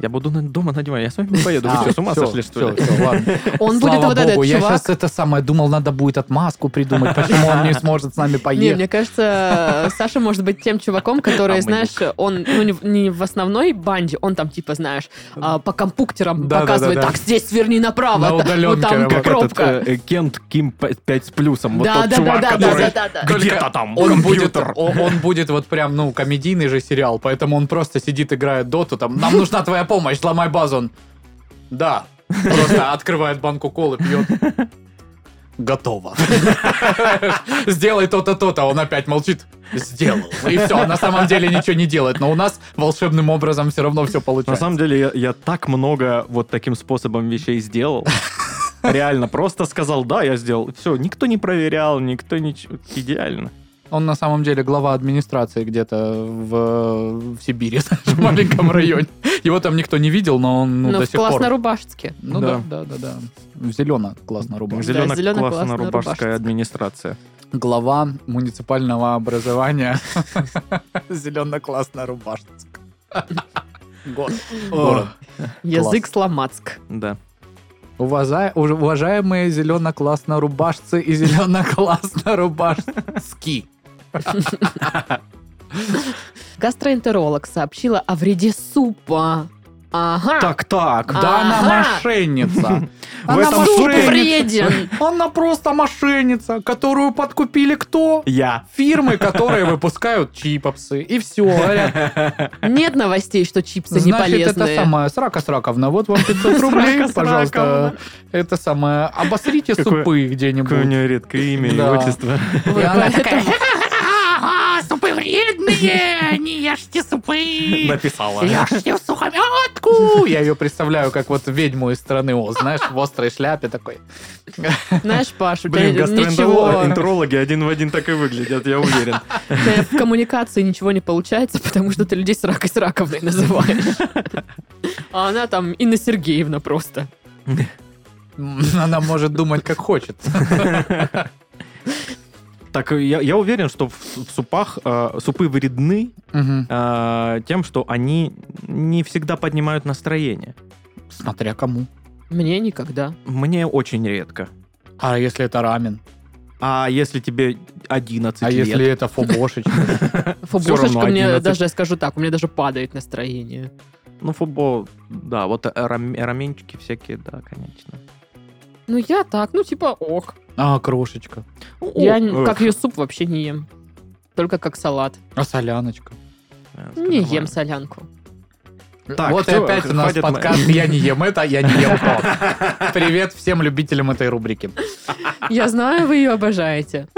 [SPEAKER 2] Я буду на- дома на диване, я с вами не поеду. Вы
[SPEAKER 3] А,
[SPEAKER 2] что, с ума
[SPEAKER 3] всё,
[SPEAKER 2] сошли, что ли?
[SPEAKER 3] всё, всё, ладно.
[SPEAKER 1] (laughs) Он будет
[SPEAKER 3] Слава
[SPEAKER 1] вот этот
[SPEAKER 3] богу, я
[SPEAKER 1] чувак.
[SPEAKER 3] сейчас это самое думал, надо будет отмазку придумать, почему он не сможет с нами
[SPEAKER 1] Не,
[SPEAKER 3] поехать.
[SPEAKER 1] мне кажется, Саша может быть тем чуваком, который,
[SPEAKER 2] А мы
[SPEAKER 1] знаешь, он ну, не, в- не в основной банде, он там, типа, знаешь, а, по компуктерам
[SPEAKER 3] Да, да,
[SPEAKER 1] показывает,
[SPEAKER 3] да, да.
[SPEAKER 1] так, здесь сверни направо,
[SPEAKER 3] На
[SPEAKER 1] та- вот
[SPEAKER 3] удалёнке
[SPEAKER 1] там
[SPEAKER 3] работает.
[SPEAKER 2] Как этот
[SPEAKER 1] пробка.
[SPEAKER 2] э, э, Кент Ким 5 с плюсом. Вот
[SPEAKER 1] Да,
[SPEAKER 2] тот
[SPEAKER 1] да,
[SPEAKER 2] чувак,
[SPEAKER 1] да, да,
[SPEAKER 2] который
[SPEAKER 1] да, да, да, да.
[SPEAKER 2] где-то там.
[SPEAKER 3] Он будет,
[SPEAKER 2] компьютер.
[SPEAKER 3] он, он будет вот прям, ну, комедийный же сериал, поэтому он просто сидит, играет доту, там, нам нужна твоя помощь, ломай базу. Он, да, просто открывает банку колы, пьет. Готово. (laughs) Сделай то-то, то-то. Он опять молчит. Сделал. И все, на самом деле ничего не делает. Но у нас волшебным образом все равно все
[SPEAKER 2] На
[SPEAKER 3] получается.
[SPEAKER 2] самом деле, я, я так много вот таким способом вещей
[SPEAKER 3] (laughs)
[SPEAKER 2] сделал. Реально, просто сказал, да, я сделал. Все, никто не проверял, никто ничего. Идеально.
[SPEAKER 3] Он на самом деле глава администрации где-то в, в Сибири, (laughs) знаешь, в маленьком районе. Его там никто не видел, но он ну,
[SPEAKER 1] Но
[SPEAKER 3] до
[SPEAKER 1] в
[SPEAKER 3] сих пор...
[SPEAKER 1] классно-рубашечке.
[SPEAKER 3] Ну да, да, да, да. В зелено классно рубашка.
[SPEAKER 1] зелёно-
[SPEAKER 2] Зелено-классно
[SPEAKER 1] классно
[SPEAKER 2] рубашская
[SPEAKER 1] рубашка.
[SPEAKER 2] администрация.
[SPEAKER 3] Глава муниципального образования. (laughs) Зелено классно рубашка. Город. Город.
[SPEAKER 1] Язык сломацк.
[SPEAKER 2] Да.
[SPEAKER 3] Уважа- уж- Уважаемые зелено классно рубашцы и зелено классно рубашки.
[SPEAKER 1] Гастроэнтеролог сообщила о вреде супа. Ага.
[SPEAKER 3] Так, так,
[SPEAKER 1] Ага.
[SPEAKER 3] да она (laughs) мошенница. Она
[SPEAKER 2] этом
[SPEAKER 1] Суп
[SPEAKER 2] мошенница.
[SPEAKER 1] вреден.
[SPEAKER 3] Она просто мошенница, которую подкупили кто?
[SPEAKER 2] Я.
[SPEAKER 3] Фирмы, которые выпускают чипопсы. И все, говорят,
[SPEAKER 1] Нет новостей, что чипсы не
[SPEAKER 3] значит, это
[SPEAKER 1] полезные.
[SPEAKER 3] самая срака сраковна. Вот вам 500 рублей,
[SPEAKER 2] Срака
[SPEAKER 3] пожалуйста.
[SPEAKER 2] Сраковна.
[SPEAKER 3] Это самое. Обосрите
[SPEAKER 2] Какое-
[SPEAKER 3] супы
[SPEAKER 2] Какое у
[SPEAKER 3] где-нибудь.
[SPEAKER 2] нее редкое имя и
[SPEAKER 3] Да.
[SPEAKER 2] отчество.
[SPEAKER 3] И она такая,
[SPEAKER 4] «Ага, супы вредные! Не ешьте супы!
[SPEAKER 2] (laughs) Написала.
[SPEAKER 4] Ешьте сухометку!
[SPEAKER 3] «Ку!» Я ее представляю, как вот ведьму из страны Оз, знаешь, в острой шляпе такой.
[SPEAKER 1] Знаешь, Паш, у тебя
[SPEAKER 2] Блин,
[SPEAKER 1] ничего
[SPEAKER 2] гастроэнтерологи один в один так и выглядят, я уверен.
[SPEAKER 1] у тебя в коммуникации ничего не получается, потому что ты людей с ракой с раковной называешь. А она там Инна Сергеевна просто.
[SPEAKER 3] М, (laughs) Она может думать, как хочет.
[SPEAKER 2] Так, я, я уверен, что в, с- в супах э, супы вредны
[SPEAKER 3] Мгм.
[SPEAKER 2] э, тем, что они не всегда поднимают настроение.
[SPEAKER 3] Смотря кому.
[SPEAKER 1] Мне никогда.
[SPEAKER 2] Мне очень редко.
[SPEAKER 3] А если это рамен?
[SPEAKER 2] А если тебе 11
[SPEAKER 3] А
[SPEAKER 2] лет?
[SPEAKER 3] если это фобошечка?
[SPEAKER 1] Фобошечка
[SPEAKER 2] равно
[SPEAKER 1] мне
[SPEAKER 2] 11.
[SPEAKER 1] даже, я скажу так, у меня даже падает настроение.
[SPEAKER 2] Ну, футбол, да, вот э, рам- раменчики всякие, да, конечно.
[SPEAKER 1] Ну я так, ну типа ок.
[SPEAKER 3] А, крошечка.
[SPEAKER 2] Ну,
[SPEAKER 1] Я
[SPEAKER 2] ок,
[SPEAKER 1] н-
[SPEAKER 2] эх,
[SPEAKER 1] как ее суп вообще не ем. Только как салат.
[SPEAKER 3] А соляночка?
[SPEAKER 2] э, это
[SPEAKER 1] Не ем
[SPEAKER 2] нормально.
[SPEAKER 1] солянку.
[SPEAKER 2] Так,
[SPEAKER 3] вот и
[SPEAKER 2] всё,
[SPEAKER 3] опять у нас
[SPEAKER 2] хватит мы-
[SPEAKER 3] подкаст «Я не ем это, я не ем то».
[SPEAKER 1] (laughs)
[SPEAKER 3] Привет всем любителям этой рубрики.
[SPEAKER 1] Я знаю, вы ее обожаете.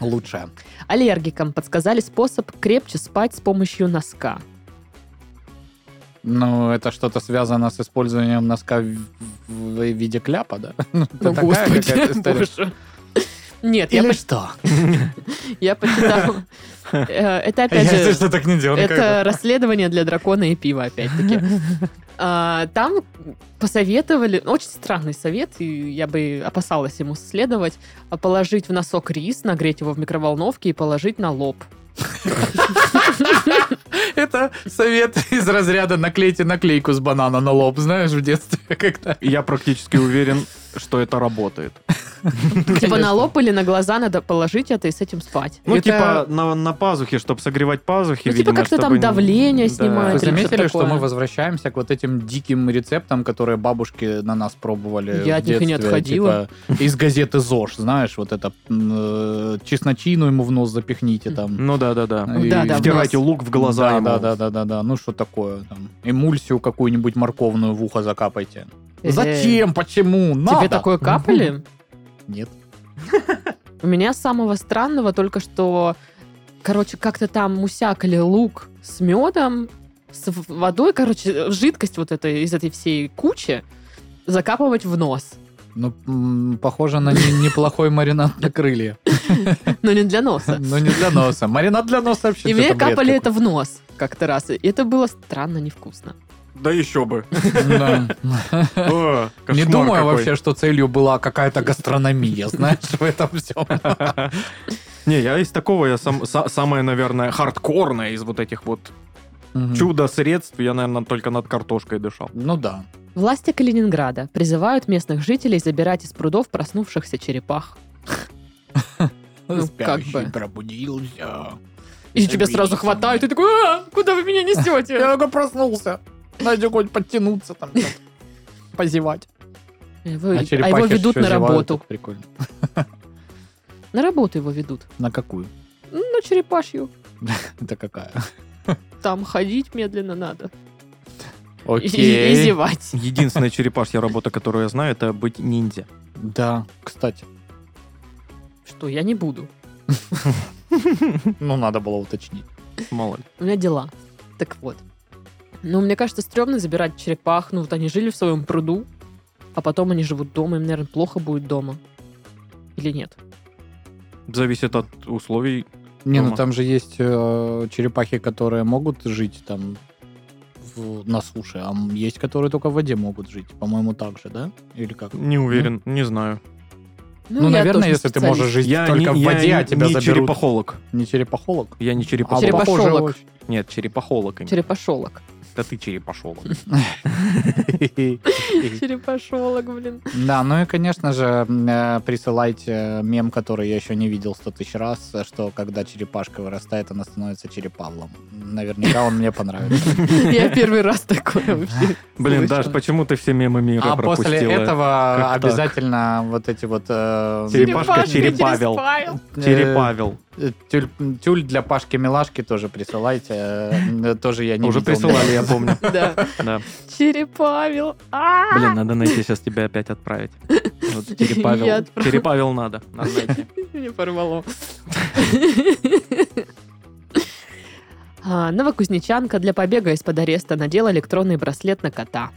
[SPEAKER 3] Лучшая.
[SPEAKER 1] Аллергикам подсказали способ крепче спать с помощью носка.
[SPEAKER 3] Ну, это что-то связано с использованием носка в, в- в виде кляпа, да? (laughs) Ну, это
[SPEAKER 1] Ну,
[SPEAKER 3] такая какая-то
[SPEAKER 1] господи,
[SPEAKER 3] история.
[SPEAKER 1] боже. Нет, я
[SPEAKER 3] Или
[SPEAKER 1] поч-
[SPEAKER 3] что?
[SPEAKER 1] я
[SPEAKER 3] (laughs)
[SPEAKER 1] почитала. Э, Это
[SPEAKER 3] Я,
[SPEAKER 1] опять же...
[SPEAKER 3] что так не делал
[SPEAKER 1] Это расследование для дракона и пива,
[SPEAKER 3] (laughs)
[SPEAKER 1] опять-таки. А, Там посоветовали, ну, очень странный совет, и я бы опасалась ему следовать, а положить в носок рис, нагреть его в микроволновке и положить на
[SPEAKER 3] (laughs)
[SPEAKER 1] лоб.
[SPEAKER 3] Это совет из разряда наклейте наклейку с банана на лоб, знаешь, в детстве (laughs) как-то.
[SPEAKER 2] Я практически уверен, что это (laughs) работает.
[SPEAKER 1] Типа на лоб или на глаза надо положить это и с этим спать.
[SPEAKER 2] Ну,
[SPEAKER 3] Это-
[SPEAKER 2] типа на, на пазухе, чтобы согревать пазухи,
[SPEAKER 1] Ну, типа,
[SPEAKER 2] видимо,
[SPEAKER 1] как-то там
[SPEAKER 2] чтобы-
[SPEAKER 1] давление
[SPEAKER 2] Да.
[SPEAKER 1] снимает.
[SPEAKER 3] Вы
[SPEAKER 1] А, Это что-то
[SPEAKER 3] заметили, что
[SPEAKER 1] такое.
[SPEAKER 3] мы возвращаемся к вот этим диким рецептам, которые бабушки на нас пробовали
[SPEAKER 1] Я
[SPEAKER 3] в
[SPEAKER 1] от них и не
[SPEAKER 3] детстве,
[SPEAKER 1] отходила.
[SPEAKER 3] типа, из газеты ЗОЖ, знаешь, вот это м, э, чесночину ему в нос запихните там.
[SPEAKER 2] Ну да, да, да.
[SPEAKER 3] И
[SPEAKER 1] Да, да, в
[SPEAKER 2] Втирайте лук в глаза
[SPEAKER 3] да,
[SPEAKER 2] ему.
[SPEAKER 3] Да, да, да, да, да. Ну что такое? Там, эмульсию какую-нибудь морковную в ухо закапайте.
[SPEAKER 1] Э,
[SPEAKER 3] Зачем? Почему? Надо.
[SPEAKER 1] Тебе такое капали?
[SPEAKER 3] Нет.
[SPEAKER 1] У меня самого странного только что, короче, как-то там мусякали лук с медом, с в- водой, короче, в жидкость вот этой из этой всей кучи закапывать в нос. (laughs)
[SPEAKER 3] Ну, м, похоже на не- неплохой маринад
[SPEAKER 1] (laughs)
[SPEAKER 3] на крылья.
[SPEAKER 1] Но не для носа.
[SPEAKER 3] Но не для носа. Маринад для носа вообще
[SPEAKER 1] И мне
[SPEAKER 3] что-то бред
[SPEAKER 1] капали
[SPEAKER 3] какой-то.
[SPEAKER 1] это в нос как-то раз. И это было странно, невкусно.
[SPEAKER 2] Да еще бы.
[SPEAKER 3] Да.
[SPEAKER 2] О,
[SPEAKER 3] Не
[SPEAKER 2] кошмар
[SPEAKER 3] думаю
[SPEAKER 2] какой.
[SPEAKER 3] вообще, что целью была какая-то гастрономия, (laughs) знаешь, в этом всем.
[SPEAKER 2] (laughs) Не, я из такого, я сам, са- самое, наверное, хардкорное из вот этих вот чудо-средств, я, наверное, только над картошкой дышал.
[SPEAKER 3] Ну да.
[SPEAKER 1] Власти Калининграда призывают местных жителей забирать из прудов проснувшихся черепах. Ну, как
[SPEAKER 3] Спящий
[SPEAKER 1] бы.
[SPEAKER 3] пробудился.
[SPEAKER 1] И тебя сразу хватают, и ты такой, «А, куда вы меня несете?
[SPEAKER 3] (laughs) Я только проснулся. Надо хоть подтянуться там. Позевать.
[SPEAKER 1] Его- А его ведут на работу.
[SPEAKER 3] Прикольно.
[SPEAKER 1] На работу его ведут.
[SPEAKER 3] На какую?
[SPEAKER 1] На черепашью.
[SPEAKER 3] Это какая?
[SPEAKER 1] Там ходить медленно надо. И- И, и
[SPEAKER 3] Окей.
[SPEAKER 1] зевать.
[SPEAKER 2] Единственная
[SPEAKER 3] (laughs)
[SPEAKER 2] черепашья работа, которую я знаю, это быть ниндзя.
[SPEAKER 3] Да, кстати.
[SPEAKER 1] Что, я не буду.
[SPEAKER 3] Ну, надо было уточнить.
[SPEAKER 2] Мало ли.
[SPEAKER 1] У меня дела. Так вот. Ну, мне кажется, стрёмно забирать черепах. Ну, вот они жили в своем пруду, а потом они живут дома. Им, наверное, плохо будет дома. Или нет?
[SPEAKER 2] Зависит от условий.
[SPEAKER 3] Не, ну
[SPEAKER 2] Дома.
[SPEAKER 3] там же есть э, черепахи, которые могут жить там в- на суше, а м- есть, которые только в воде могут жить. По-моему, так же, да? Или как?
[SPEAKER 2] Не уверен, не знаю.
[SPEAKER 3] Ну,
[SPEAKER 1] я
[SPEAKER 3] наверное,
[SPEAKER 1] тоже
[SPEAKER 3] если ты можешь
[SPEAKER 1] специалист.
[SPEAKER 3] жить только
[SPEAKER 2] не-
[SPEAKER 3] в воде,
[SPEAKER 2] я
[SPEAKER 3] а тебя
[SPEAKER 2] не
[SPEAKER 3] заберут.
[SPEAKER 2] черепахолог.
[SPEAKER 3] Не черепахолог?
[SPEAKER 2] Я не
[SPEAKER 3] А
[SPEAKER 2] черепахолог.
[SPEAKER 1] Черепашолог.
[SPEAKER 3] похоже очень.
[SPEAKER 2] Нет, черепахолог. именно.
[SPEAKER 1] Черепашолог.
[SPEAKER 2] Да ты черепашова.
[SPEAKER 1] Черепашолог, блин.
[SPEAKER 3] (laughs) Да, ну и, конечно же, э, присылайте мем, который я еще не видел сто тысяч раз, что когда черепашка вырастает, она становится черепавлом. Наверняка он
[SPEAKER 2] (laughs)
[SPEAKER 3] мне понравится. (laughs)
[SPEAKER 1] Я первый раз такое вообще.
[SPEAKER 2] Блин,
[SPEAKER 1] слышала.
[SPEAKER 2] Даш, почему ты все мемы мира
[SPEAKER 3] А
[SPEAKER 2] пропустила?
[SPEAKER 3] после этого
[SPEAKER 2] Как так?
[SPEAKER 3] обязательно вот эти вот... э,
[SPEAKER 2] Черепашка,
[SPEAKER 1] Черепашка через
[SPEAKER 2] черепавел.
[SPEAKER 1] Павел.
[SPEAKER 3] э,
[SPEAKER 2] Черепавел.
[SPEAKER 3] э, тюль- Тюль для Пашки-милашки тоже присылайте. э, э, Тоже я не
[SPEAKER 2] Уже
[SPEAKER 3] видел.
[SPEAKER 2] присылали, я
[SPEAKER 3] (laughs)
[SPEAKER 2] помню.
[SPEAKER 1] Да.
[SPEAKER 2] Да.
[SPEAKER 1] Черепавел. А!
[SPEAKER 2] Блин, надо найти, сейчас тебя опять отправить.
[SPEAKER 3] (laughs)
[SPEAKER 2] Вот
[SPEAKER 1] Я
[SPEAKER 2] Черепавел.
[SPEAKER 1] отправлю.
[SPEAKER 2] Черепавел надо. Надо найти.
[SPEAKER 1] Меня порвало. А, Новокузнечанка для побега из-под ареста надела электронный браслет на кота.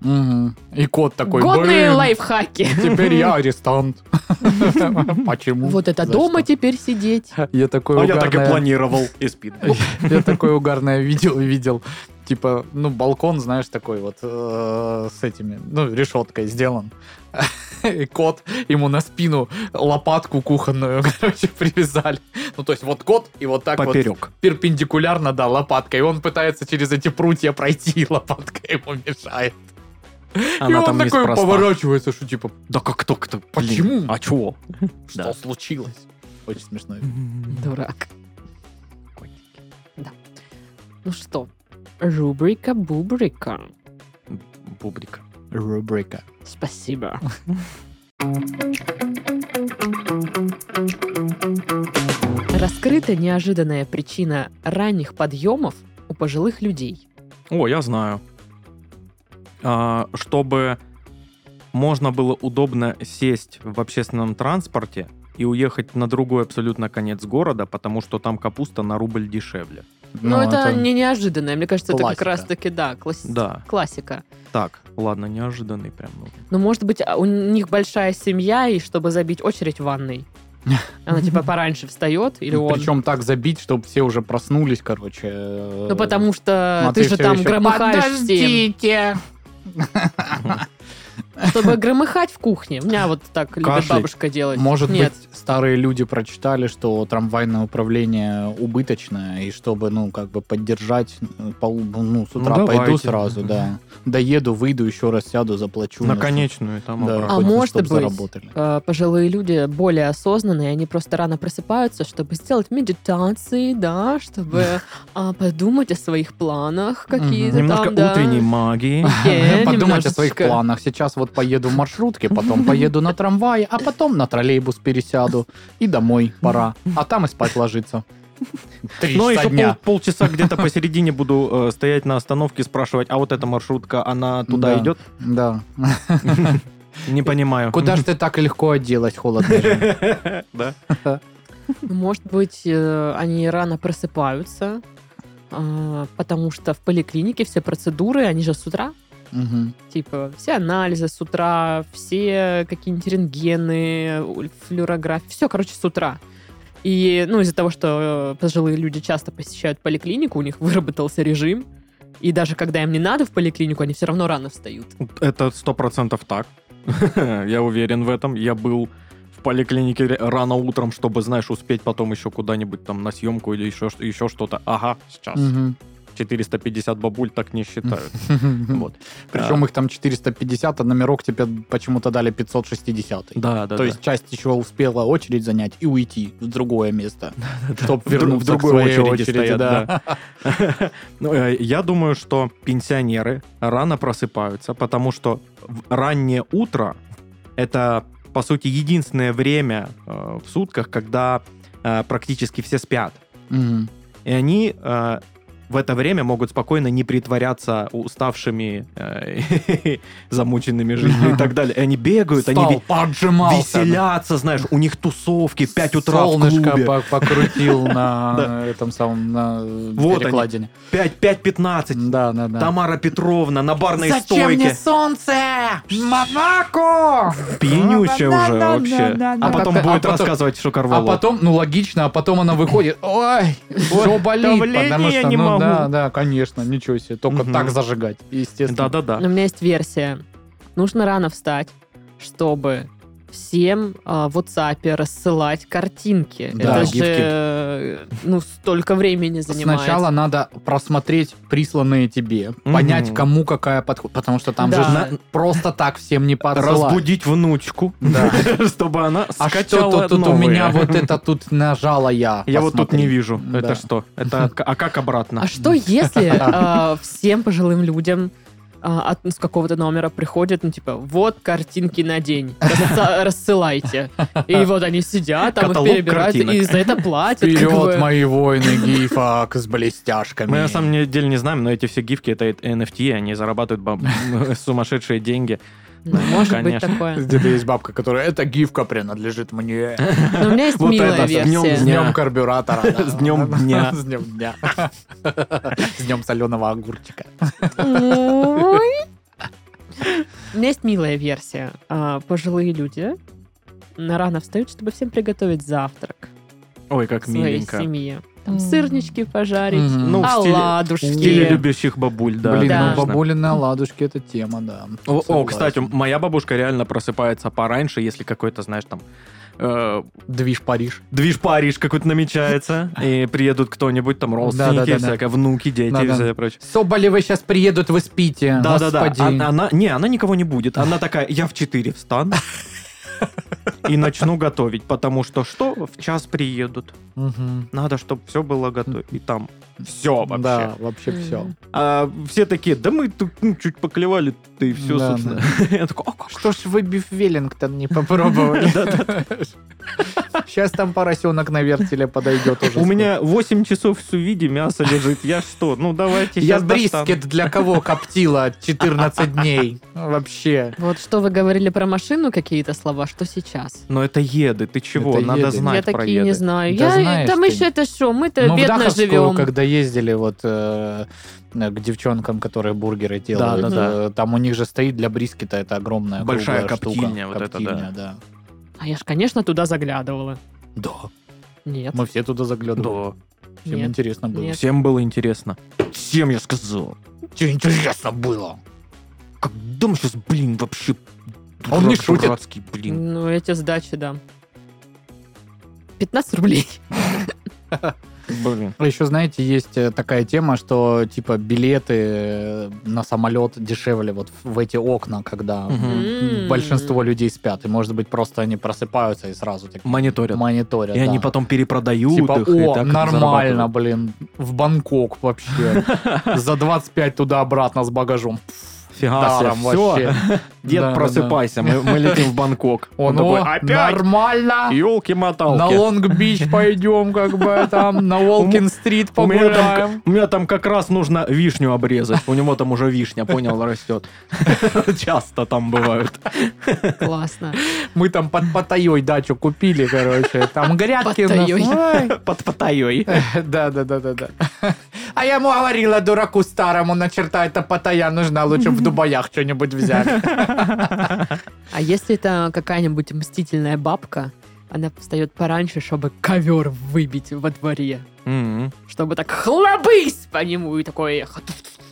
[SPEAKER 3] Мгм. И кот такой...
[SPEAKER 1] Годные
[SPEAKER 3] «Блин,
[SPEAKER 1] лайфхаки.
[SPEAKER 3] (laughs) Теперь я арестант.
[SPEAKER 1] (laughs)
[SPEAKER 3] Почему?
[SPEAKER 1] Вот это
[SPEAKER 3] Ну, За
[SPEAKER 1] дома
[SPEAKER 3] что?
[SPEAKER 1] теперь сидеть.
[SPEAKER 3] (laughs) Я такой
[SPEAKER 2] А я так и
[SPEAKER 3] угарное-
[SPEAKER 2] планировал. И спит.
[SPEAKER 3] (laughs) Я такое угарное видел, видел. Типа, ну, балкон, знаешь, такой вот э, с этими, ну, решеткой сделан. (laughs) И кот ему на спину лопатку кухонную, (laughs) короче, привязали. Ну, то есть вот кот и вот так вот
[SPEAKER 2] Поперек.
[SPEAKER 3] перпендикулярно, да, лопаткой. И он пытается через эти прутья пройти, и лопатка ему мешает. и
[SPEAKER 2] Она
[SPEAKER 3] он
[SPEAKER 2] там
[SPEAKER 3] такой
[SPEAKER 2] неспроста.
[SPEAKER 3] поворачивается, что типа,
[SPEAKER 2] Да как так-то? блин?
[SPEAKER 3] Почему?
[SPEAKER 2] А чего?
[SPEAKER 3] что
[SPEAKER 2] Да.
[SPEAKER 3] случилось? Очень смешно.
[SPEAKER 1] Дурак. Да. Ну что, рубрика бубрика.
[SPEAKER 2] Бубрик.
[SPEAKER 3] Рубрика.
[SPEAKER 1] Спасибо. Раскрыта неожиданная причина ранних подъемов у пожилых людей.
[SPEAKER 2] О, я знаю. А, Чтобы можно было удобно сесть в общественном транспорте и уехать на другой абсолютно конец города, потому что там капуста на рубль дешевле.
[SPEAKER 1] Ну, это, не неожиданное. Мне кажется, это
[SPEAKER 3] классика.
[SPEAKER 1] как раз-таки, да, класс-
[SPEAKER 2] Да.
[SPEAKER 1] классика.
[SPEAKER 2] Так, ладно, неожиданный прям. ну.
[SPEAKER 1] Но, может быть, а у них большая семья, и чтобы забить очередь в
[SPEAKER 3] (laughs)
[SPEAKER 1] ванной. Она типа пораньше встает, или он.
[SPEAKER 3] Причем так забить, чтобы все уже проснулись, короче.
[SPEAKER 1] Ну, потому что
[SPEAKER 3] а
[SPEAKER 1] ты
[SPEAKER 3] ты
[SPEAKER 1] же
[SPEAKER 3] всё
[SPEAKER 1] там
[SPEAKER 3] ещё-
[SPEAKER 1] громыхаешь
[SPEAKER 3] (laughs)
[SPEAKER 4] Подождите.
[SPEAKER 1] всем. Чтобы громыхать в кухне. У меня вот так любит
[SPEAKER 2] Кашлять.
[SPEAKER 1] бабушка делать.
[SPEAKER 3] Может
[SPEAKER 1] Нет.
[SPEAKER 3] быть, старые люди прочитали, что трамвайное управление убыточное, и чтобы, ну, как бы поддержать, э, по- ну, с
[SPEAKER 2] Ну,
[SPEAKER 3] утра пойду
[SPEAKER 2] давайте.
[SPEAKER 3] сразу, да. Доеду, выйду, еще раз сяду, заплачу.
[SPEAKER 1] Ну,
[SPEAKER 2] На конечную там
[SPEAKER 3] Да,
[SPEAKER 1] А
[SPEAKER 2] обратно.
[SPEAKER 3] хоть
[SPEAKER 1] может
[SPEAKER 3] чтоб
[SPEAKER 1] быть,
[SPEAKER 3] заработали.
[SPEAKER 1] э, пожилые люди более осознанные, они просто рано просыпаются, чтобы сделать медитации, да,
[SPEAKER 3] (laughs)
[SPEAKER 1] чтобы а, подумать о своих планах какие-то
[SPEAKER 2] Немножко
[SPEAKER 1] там, да.
[SPEAKER 2] утренней (laughs) магии.
[SPEAKER 1] Э,
[SPEAKER 3] (laughs) Подумать о своих
[SPEAKER 1] немножечко.
[SPEAKER 3] планах. Сейчас вот поеду в маршрутке, потом поеду на трамвае, а потом на троллейбус пересяду. И домой пора. А там и спать ложиться. Три
[SPEAKER 2] Но
[SPEAKER 3] часа
[SPEAKER 2] еще
[SPEAKER 3] дня.
[SPEAKER 2] Ну, а пол- полчаса где-то посередине буду э, стоять на остановке и спрашивать, а вот эта маршрутка, она туда
[SPEAKER 3] Да.
[SPEAKER 2] идет?
[SPEAKER 3] Да. А
[SPEAKER 2] Не понимаю.
[SPEAKER 3] (laughs) Куда же ты так легко оделась, холодно
[SPEAKER 2] (laughs)
[SPEAKER 3] же.
[SPEAKER 2] Да.
[SPEAKER 1] Ну, Может быть, э, они рано просыпаются, а, потому что в поликлинике все процедуры, они же с утра.
[SPEAKER 3] Мгм.
[SPEAKER 1] Типа, все анализы с утра, все какие-нибудь рентгены, уль- флюорография, все, короче, с утра. И, ну, из-за того, что э, пожилые люди часто посещают поликлинику, у них выработался режим, и даже когда им не надо в поликлинику, они все равно рано встают.
[SPEAKER 2] Это сто процентов так. (laughs) Я уверен в этом. Я был в поликлинике ре- рано утром, чтобы, знаешь, успеть потом еще куда-нибудь там на съемку или еще, ш- еще что-то. Ага, сейчас.
[SPEAKER 3] Мгм.
[SPEAKER 2] 450 бабуль так не считают. (laughs) Вот.
[SPEAKER 3] Причем их там 450, а номерок тебе почему-то дали 560.
[SPEAKER 2] Да, да,
[SPEAKER 3] То
[SPEAKER 2] да.
[SPEAKER 3] есть часть еще успела очередь занять и уйти в другое место, чтобы
[SPEAKER 2] В дру- в
[SPEAKER 3] вернуться
[SPEAKER 2] другой
[SPEAKER 3] к своей
[SPEAKER 2] очереди
[SPEAKER 3] очереди.
[SPEAKER 2] стоят,
[SPEAKER 3] да.
[SPEAKER 2] Ну, э, Я думаю, что пенсионеры рано просыпаются, потому что в- раннее утро это, по сути, единственное время э, в сутках, когда э, практически все спят.
[SPEAKER 3] Мгм.
[SPEAKER 2] И они э, в это время могут спокойно не притворяться уставшими, э, (laughs) замученными жизнью и так далее. И они бегают,
[SPEAKER 3] Встал,
[SPEAKER 2] они ве-
[SPEAKER 3] поджимался.
[SPEAKER 2] веселятся, знаешь, у них тусовки в 5 утра
[SPEAKER 3] Солнышко
[SPEAKER 2] в клубе.
[SPEAKER 3] по- покрутил на
[SPEAKER 2] (laughs) Да.
[SPEAKER 3] этом самом на
[SPEAKER 2] Вот они.
[SPEAKER 3] перекладине.
[SPEAKER 2] 5, 5.15.
[SPEAKER 3] Да, да, да.
[SPEAKER 2] Тамара Петровна на барной
[SPEAKER 4] Зачем
[SPEAKER 2] стойке.
[SPEAKER 4] мне солнце?
[SPEAKER 3] Монако!
[SPEAKER 2] Пьянющая уже вообще.
[SPEAKER 3] да.
[SPEAKER 2] А потом
[SPEAKER 3] А
[SPEAKER 2] будет
[SPEAKER 3] потом-
[SPEAKER 2] рассказывать, что
[SPEAKER 3] А
[SPEAKER 2] корвалол.
[SPEAKER 3] потом, ну логично, а потом она выходит,
[SPEAKER 2] (laughs)
[SPEAKER 3] ой, все болит,
[SPEAKER 2] давление
[SPEAKER 3] потому что,
[SPEAKER 2] не
[SPEAKER 3] ну
[SPEAKER 2] могу.
[SPEAKER 3] да, да, конечно, ничего себе, только
[SPEAKER 2] Мгм.
[SPEAKER 3] так зажигать,
[SPEAKER 2] А.
[SPEAKER 3] естественно.
[SPEAKER 2] Да-да-да.
[SPEAKER 1] Но у меня есть версия. Нужно рано встать, чтобы всем а, в WhatsApp рассылать картинки.
[SPEAKER 3] Да,
[SPEAKER 1] Это
[SPEAKER 2] гифки.
[SPEAKER 1] же э, ну, столько времени занимает.
[SPEAKER 3] Сначала надо просмотреть присланные тебе, понять,
[SPEAKER 2] Мгм.
[SPEAKER 3] кому какая подходит, потому что там
[SPEAKER 1] Да.
[SPEAKER 3] же на- просто так всем не подсылать.
[SPEAKER 2] Разбудить внучку, (laughs) чтобы она
[SPEAKER 3] А
[SPEAKER 2] скачала
[SPEAKER 3] что-то тут у
[SPEAKER 2] новые.
[SPEAKER 3] меня
[SPEAKER 2] (laughs)
[SPEAKER 3] вот это тут нажала я.
[SPEAKER 2] Я вот тут
[SPEAKER 3] посмотри.
[SPEAKER 2] не вижу.
[SPEAKER 3] Да.
[SPEAKER 2] Это что? Это к- а как обратно?
[SPEAKER 1] А что если
[SPEAKER 2] (laughs)
[SPEAKER 1] а, всем пожилым людям а, от с какого-то номера приходят, ну, типа, вот картинки на день, расса- (laughs) рассылайте.
[SPEAKER 2] (laughs)
[SPEAKER 1] И вот они сидят, там их
[SPEAKER 2] Каталог
[SPEAKER 1] перебирают,
[SPEAKER 2] картинок.
[SPEAKER 1] и за это платят. как
[SPEAKER 3] Вперед,
[SPEAKER 1] бы.
[SPEAKER 3] мои воины, гифак с блестяшками.
[SPEAKER 2] Мы на самом деле не знаем, но эти все гифки это NFT, они зарабатывают баб- (laughs) сумасшедшие деньги.
[SPEAKER 1] Ну, Может быть
[SPEAKER 2] Конечно. (laughs)
[SPEAKER 1] такое.
[SPEAKER 3] Где-то есть бабка, которая, эта гифка принадлежит мне.
[SPEAKER 1] Но у меня есть
[SPEAKER 2] Вот
[SPEAKER 1] милая
[SPEAKER 2] это с днем
[SPEAKER 1] версия.
[SPEAKER 3] С
[SPEAKER 2] Дня.
[SPEAKER 3] днем карбюратора. да.
[SPEAKER 2] С днем дня.
[SPEAKER 3] (laughs) С днем дня. С днем соленого огурчика.
[SPEAKER 1] Ой. У меня есть милая версия. А, Пожилые люди на рано встают, чтобы всем приготовить завтрак
[SPEAKER 2] Ой, как
[SPEAKER 1] своей
[SPEAKER 2] миленько.
[SPEAKER 1] семье. Там сырнички пожарить,
[SPEAKER 3] Мгм.
[SPEAKER 2] Ну, в стиле-
[SPEAKER 1] оладушки.
[SPEAKER 2] В стиле любящих бабуль, да.
[SPEAKER 3] А Блин,
[SPEAKER 1] Да.
[SPEAKER 3] ну
[SPEAKER 2] конечно.
[SPEAKER 3] бабули на ладушке это тема, да.
[SPEAKER 2] О, О,
[SPEAKER 3] Согласен.
[SPEAKER 2] кстати, моя бабушка реально просыпается пораньше, если какой-то, знаешь, там э,
[SPEAKER 3] Движ Париж.
[SPEAKER 2] движ Париж какой-то
[SPEAKER 3] (laughs)
[SPEAKER 2] намечается, и приедут кто-нибудь, там родственники,
[SPEAKER 3] Да-да-да-да.
[SPEAKER 2] всякое, внуки, дети и
[SPEAKER 3] Да-да.
[SPEAKER 2] всякое прочее.
[SPEAKER 3] Соболевы сейчас приедут, вы спите.
[SPEAKER 2] Да, да, А, да.
[SPEAKER 3] Господи.
[SPEAKER 2] Она, не, она никого не будет.
[SPEAKER 3] (laughs)
[SPEAKER 2] Она такая, я в 4 встану и начну готовить, потому что что? В час приедут.
[SPEAKER 3] Мгм.
[SPEAKER 2] Надо, чтобы все было готово. И там все вообще.
[SPEAKER 3] Да, вообще все.
[SPEAKER 1] Мгм.
[SPEAKER 2] А все такие, да мы тут ну, чуть поклевали, да и все,
[SPEAKER 3] Да,
[SPEAKER 2] собственно. (laughs) Я такой, «О, как
[SPEAKER 3] Что ж вы биф Веллингтон не попробовали? Сейчас там поросенок на вертеле подойдет уже.
[SPEAKER 2] У меня 8 часов в сувиде мясо лежит. Я что? Ну, давайте
[SPEAKER 3] Я
[SPEAKER 2] щас достану.
[SPEAKER 3] брискет для кого коптила 14 дней? Ну, Вообще.
[SPEAKER 1] Вот что вы говорили про машину, какие-то слова, что сейчас?
[SPEAKER 2] Но это еды. Ты чего?
[SPEAKER 3] Это
[SPEAKER 2] Надо
[SPEAKER 3] еды.
[SPEAKER 2] знать
[SPEAKER 1] я
[SPEAKER 2] про
[SPEAKER 1] такие
[SPEAKER 2] еды.
[SPEAKER 1] не знаю.
[SPEAKER 3] Да
[SPEAKER 1] я,
[SPEAKER 3] знаешь
[SPEAKER 1] да мы
[SPEAKER 3] ты.
[SPEAKER 1] еще это что, мы-то
[SPEAKER 3] Мы в
[SPEAKER 1] бедно
[SPEAKER 3] Даховскую,
[SPEAKER 1] живем.
[SPEAKER 3] когда ездили вот э, к девчонкам, которые бургеры делают,
[SPEAKER 1] да,
[SPEAKER 2] да.
[SPEAKER 3] э, там у них же стоит для брискета это огромная
[SPEAKER 2] Большая
[SPEAKER 3] круглая
[SPEAKER 2] коптильня,
[SPEAKER 3] штука.
[SPEAKER 2] вот это да.
[SPEAKER 3] Коптильня, да.
[SPEAKER 1] А я ж, конечно, туда заглядывала.
[SPEAKER 3] Да,
[SPEAKER 1] Нет,
[SPEAKER 3] мы все туда заглядывали.
[SPEAKER 2] Да.
[SPEAKER 3] Всем
[SPEAKER 1] нет.
[SPEAKER 3] интересно было.
[SPEAKER 1] Нет.
[SPEAKER 2] Всем было интересно. Всем я сказал.
[SPEAKER 3] Все интересно было.
[SPEAKER 2] Когда мы сейчас, блин, вообще... А
[SPEAKER 3] Он не шутит.
[SPEAKER 2] дурацкий, блин.
[SPEAKER 1] Ну, эти сдачи дам. 15 рублей.
[SPEAKER 2] Блин.
[SPEAKER 3] Еще, А знаете, есть э, такая тема, что типа билеты э, на самолет дешевле вот в эти окна, когда
[SPEAKER 2] Мгм.
[SPEAKER 1] М.
[SPEAKER 3] большинство людей спят. И, может быть, просто они просыпаются и сразу так
[SPEAKER 2] Мониторят.
[SPEAKER 3] мониторят.
[SPEAKER 2] И они
[SPEAKER 3] да.
[SPEAKER 2] потом перепродают
[SPEAKER 3] Типа,
[SPEAKER 2] их. и
[SPEAKER 3] о,
[SPEAKER 2] так
[SPEAKER 3] нормально,
[SPEAKER 2] зарабатывают.
[SPEAKER 3] блин, в Бангкок вообще.
[SPEAKER 2] (laughs)
[SPEAKER 3] За 25 туда-обратно с багажом.
[SPEAKER 2] Фига себе,
[SPEAKER 3] Даром
[SPEAKER 2] все.
[SPEAKER 3] вообще.
[SPEAKER 2] А, (laughs) Дед,
[SPEAKER 3] Да, да,
[SPEAKER 2] просыпайся, мы- Мы, летим в Бангкок.
[SPEAKER 3] Он,
[SPEAKER 2] такой,
[SPEAKER 3] о,
[SPEAKER 2] опять?
[SPEAKER 3] нормально. На
[SPEAKER 2] Елки-моталки.
[SPEAKER 3] Лонг-Бич пойдем, как бы там,
[SPEAKER 2] (laughs)
[SPEAKER 3] на Уолкин-стрит
[SPEAKER 2] У меня, там,
[SPEAKER 3] погуляем.
[SPEAKER 2] к- у меня там как раз нужно вишню обрезать. У него там уже вишня, понял, растет. (laughs) Часто там бывают.
[SPEAKER 1] Классно.
[SPEAKER 3] Мы там под Паттайей дачу купили, короче. Там грядки у нас.
[SPEAKER 1] Паттайей.
[SPEAKER 3] Ой.
[SPEAKER 2] Под Паттайей.
[SPEAKER 3] (laughs) Да, да, да, да, да. А я ему говорила, дураку старому, на черта это Паттайя нужна, лучше в Дубаях что-нибудь взять.
[SPEAKER 1] А если это какая-нибудь мстительная бабка, она встает пораньше, чтобы ковер выбить во дворе.
[SPEAKER 2] Мгм.
[SPEAKER 1] Чтобы так хлобысь по нему и такое эхо.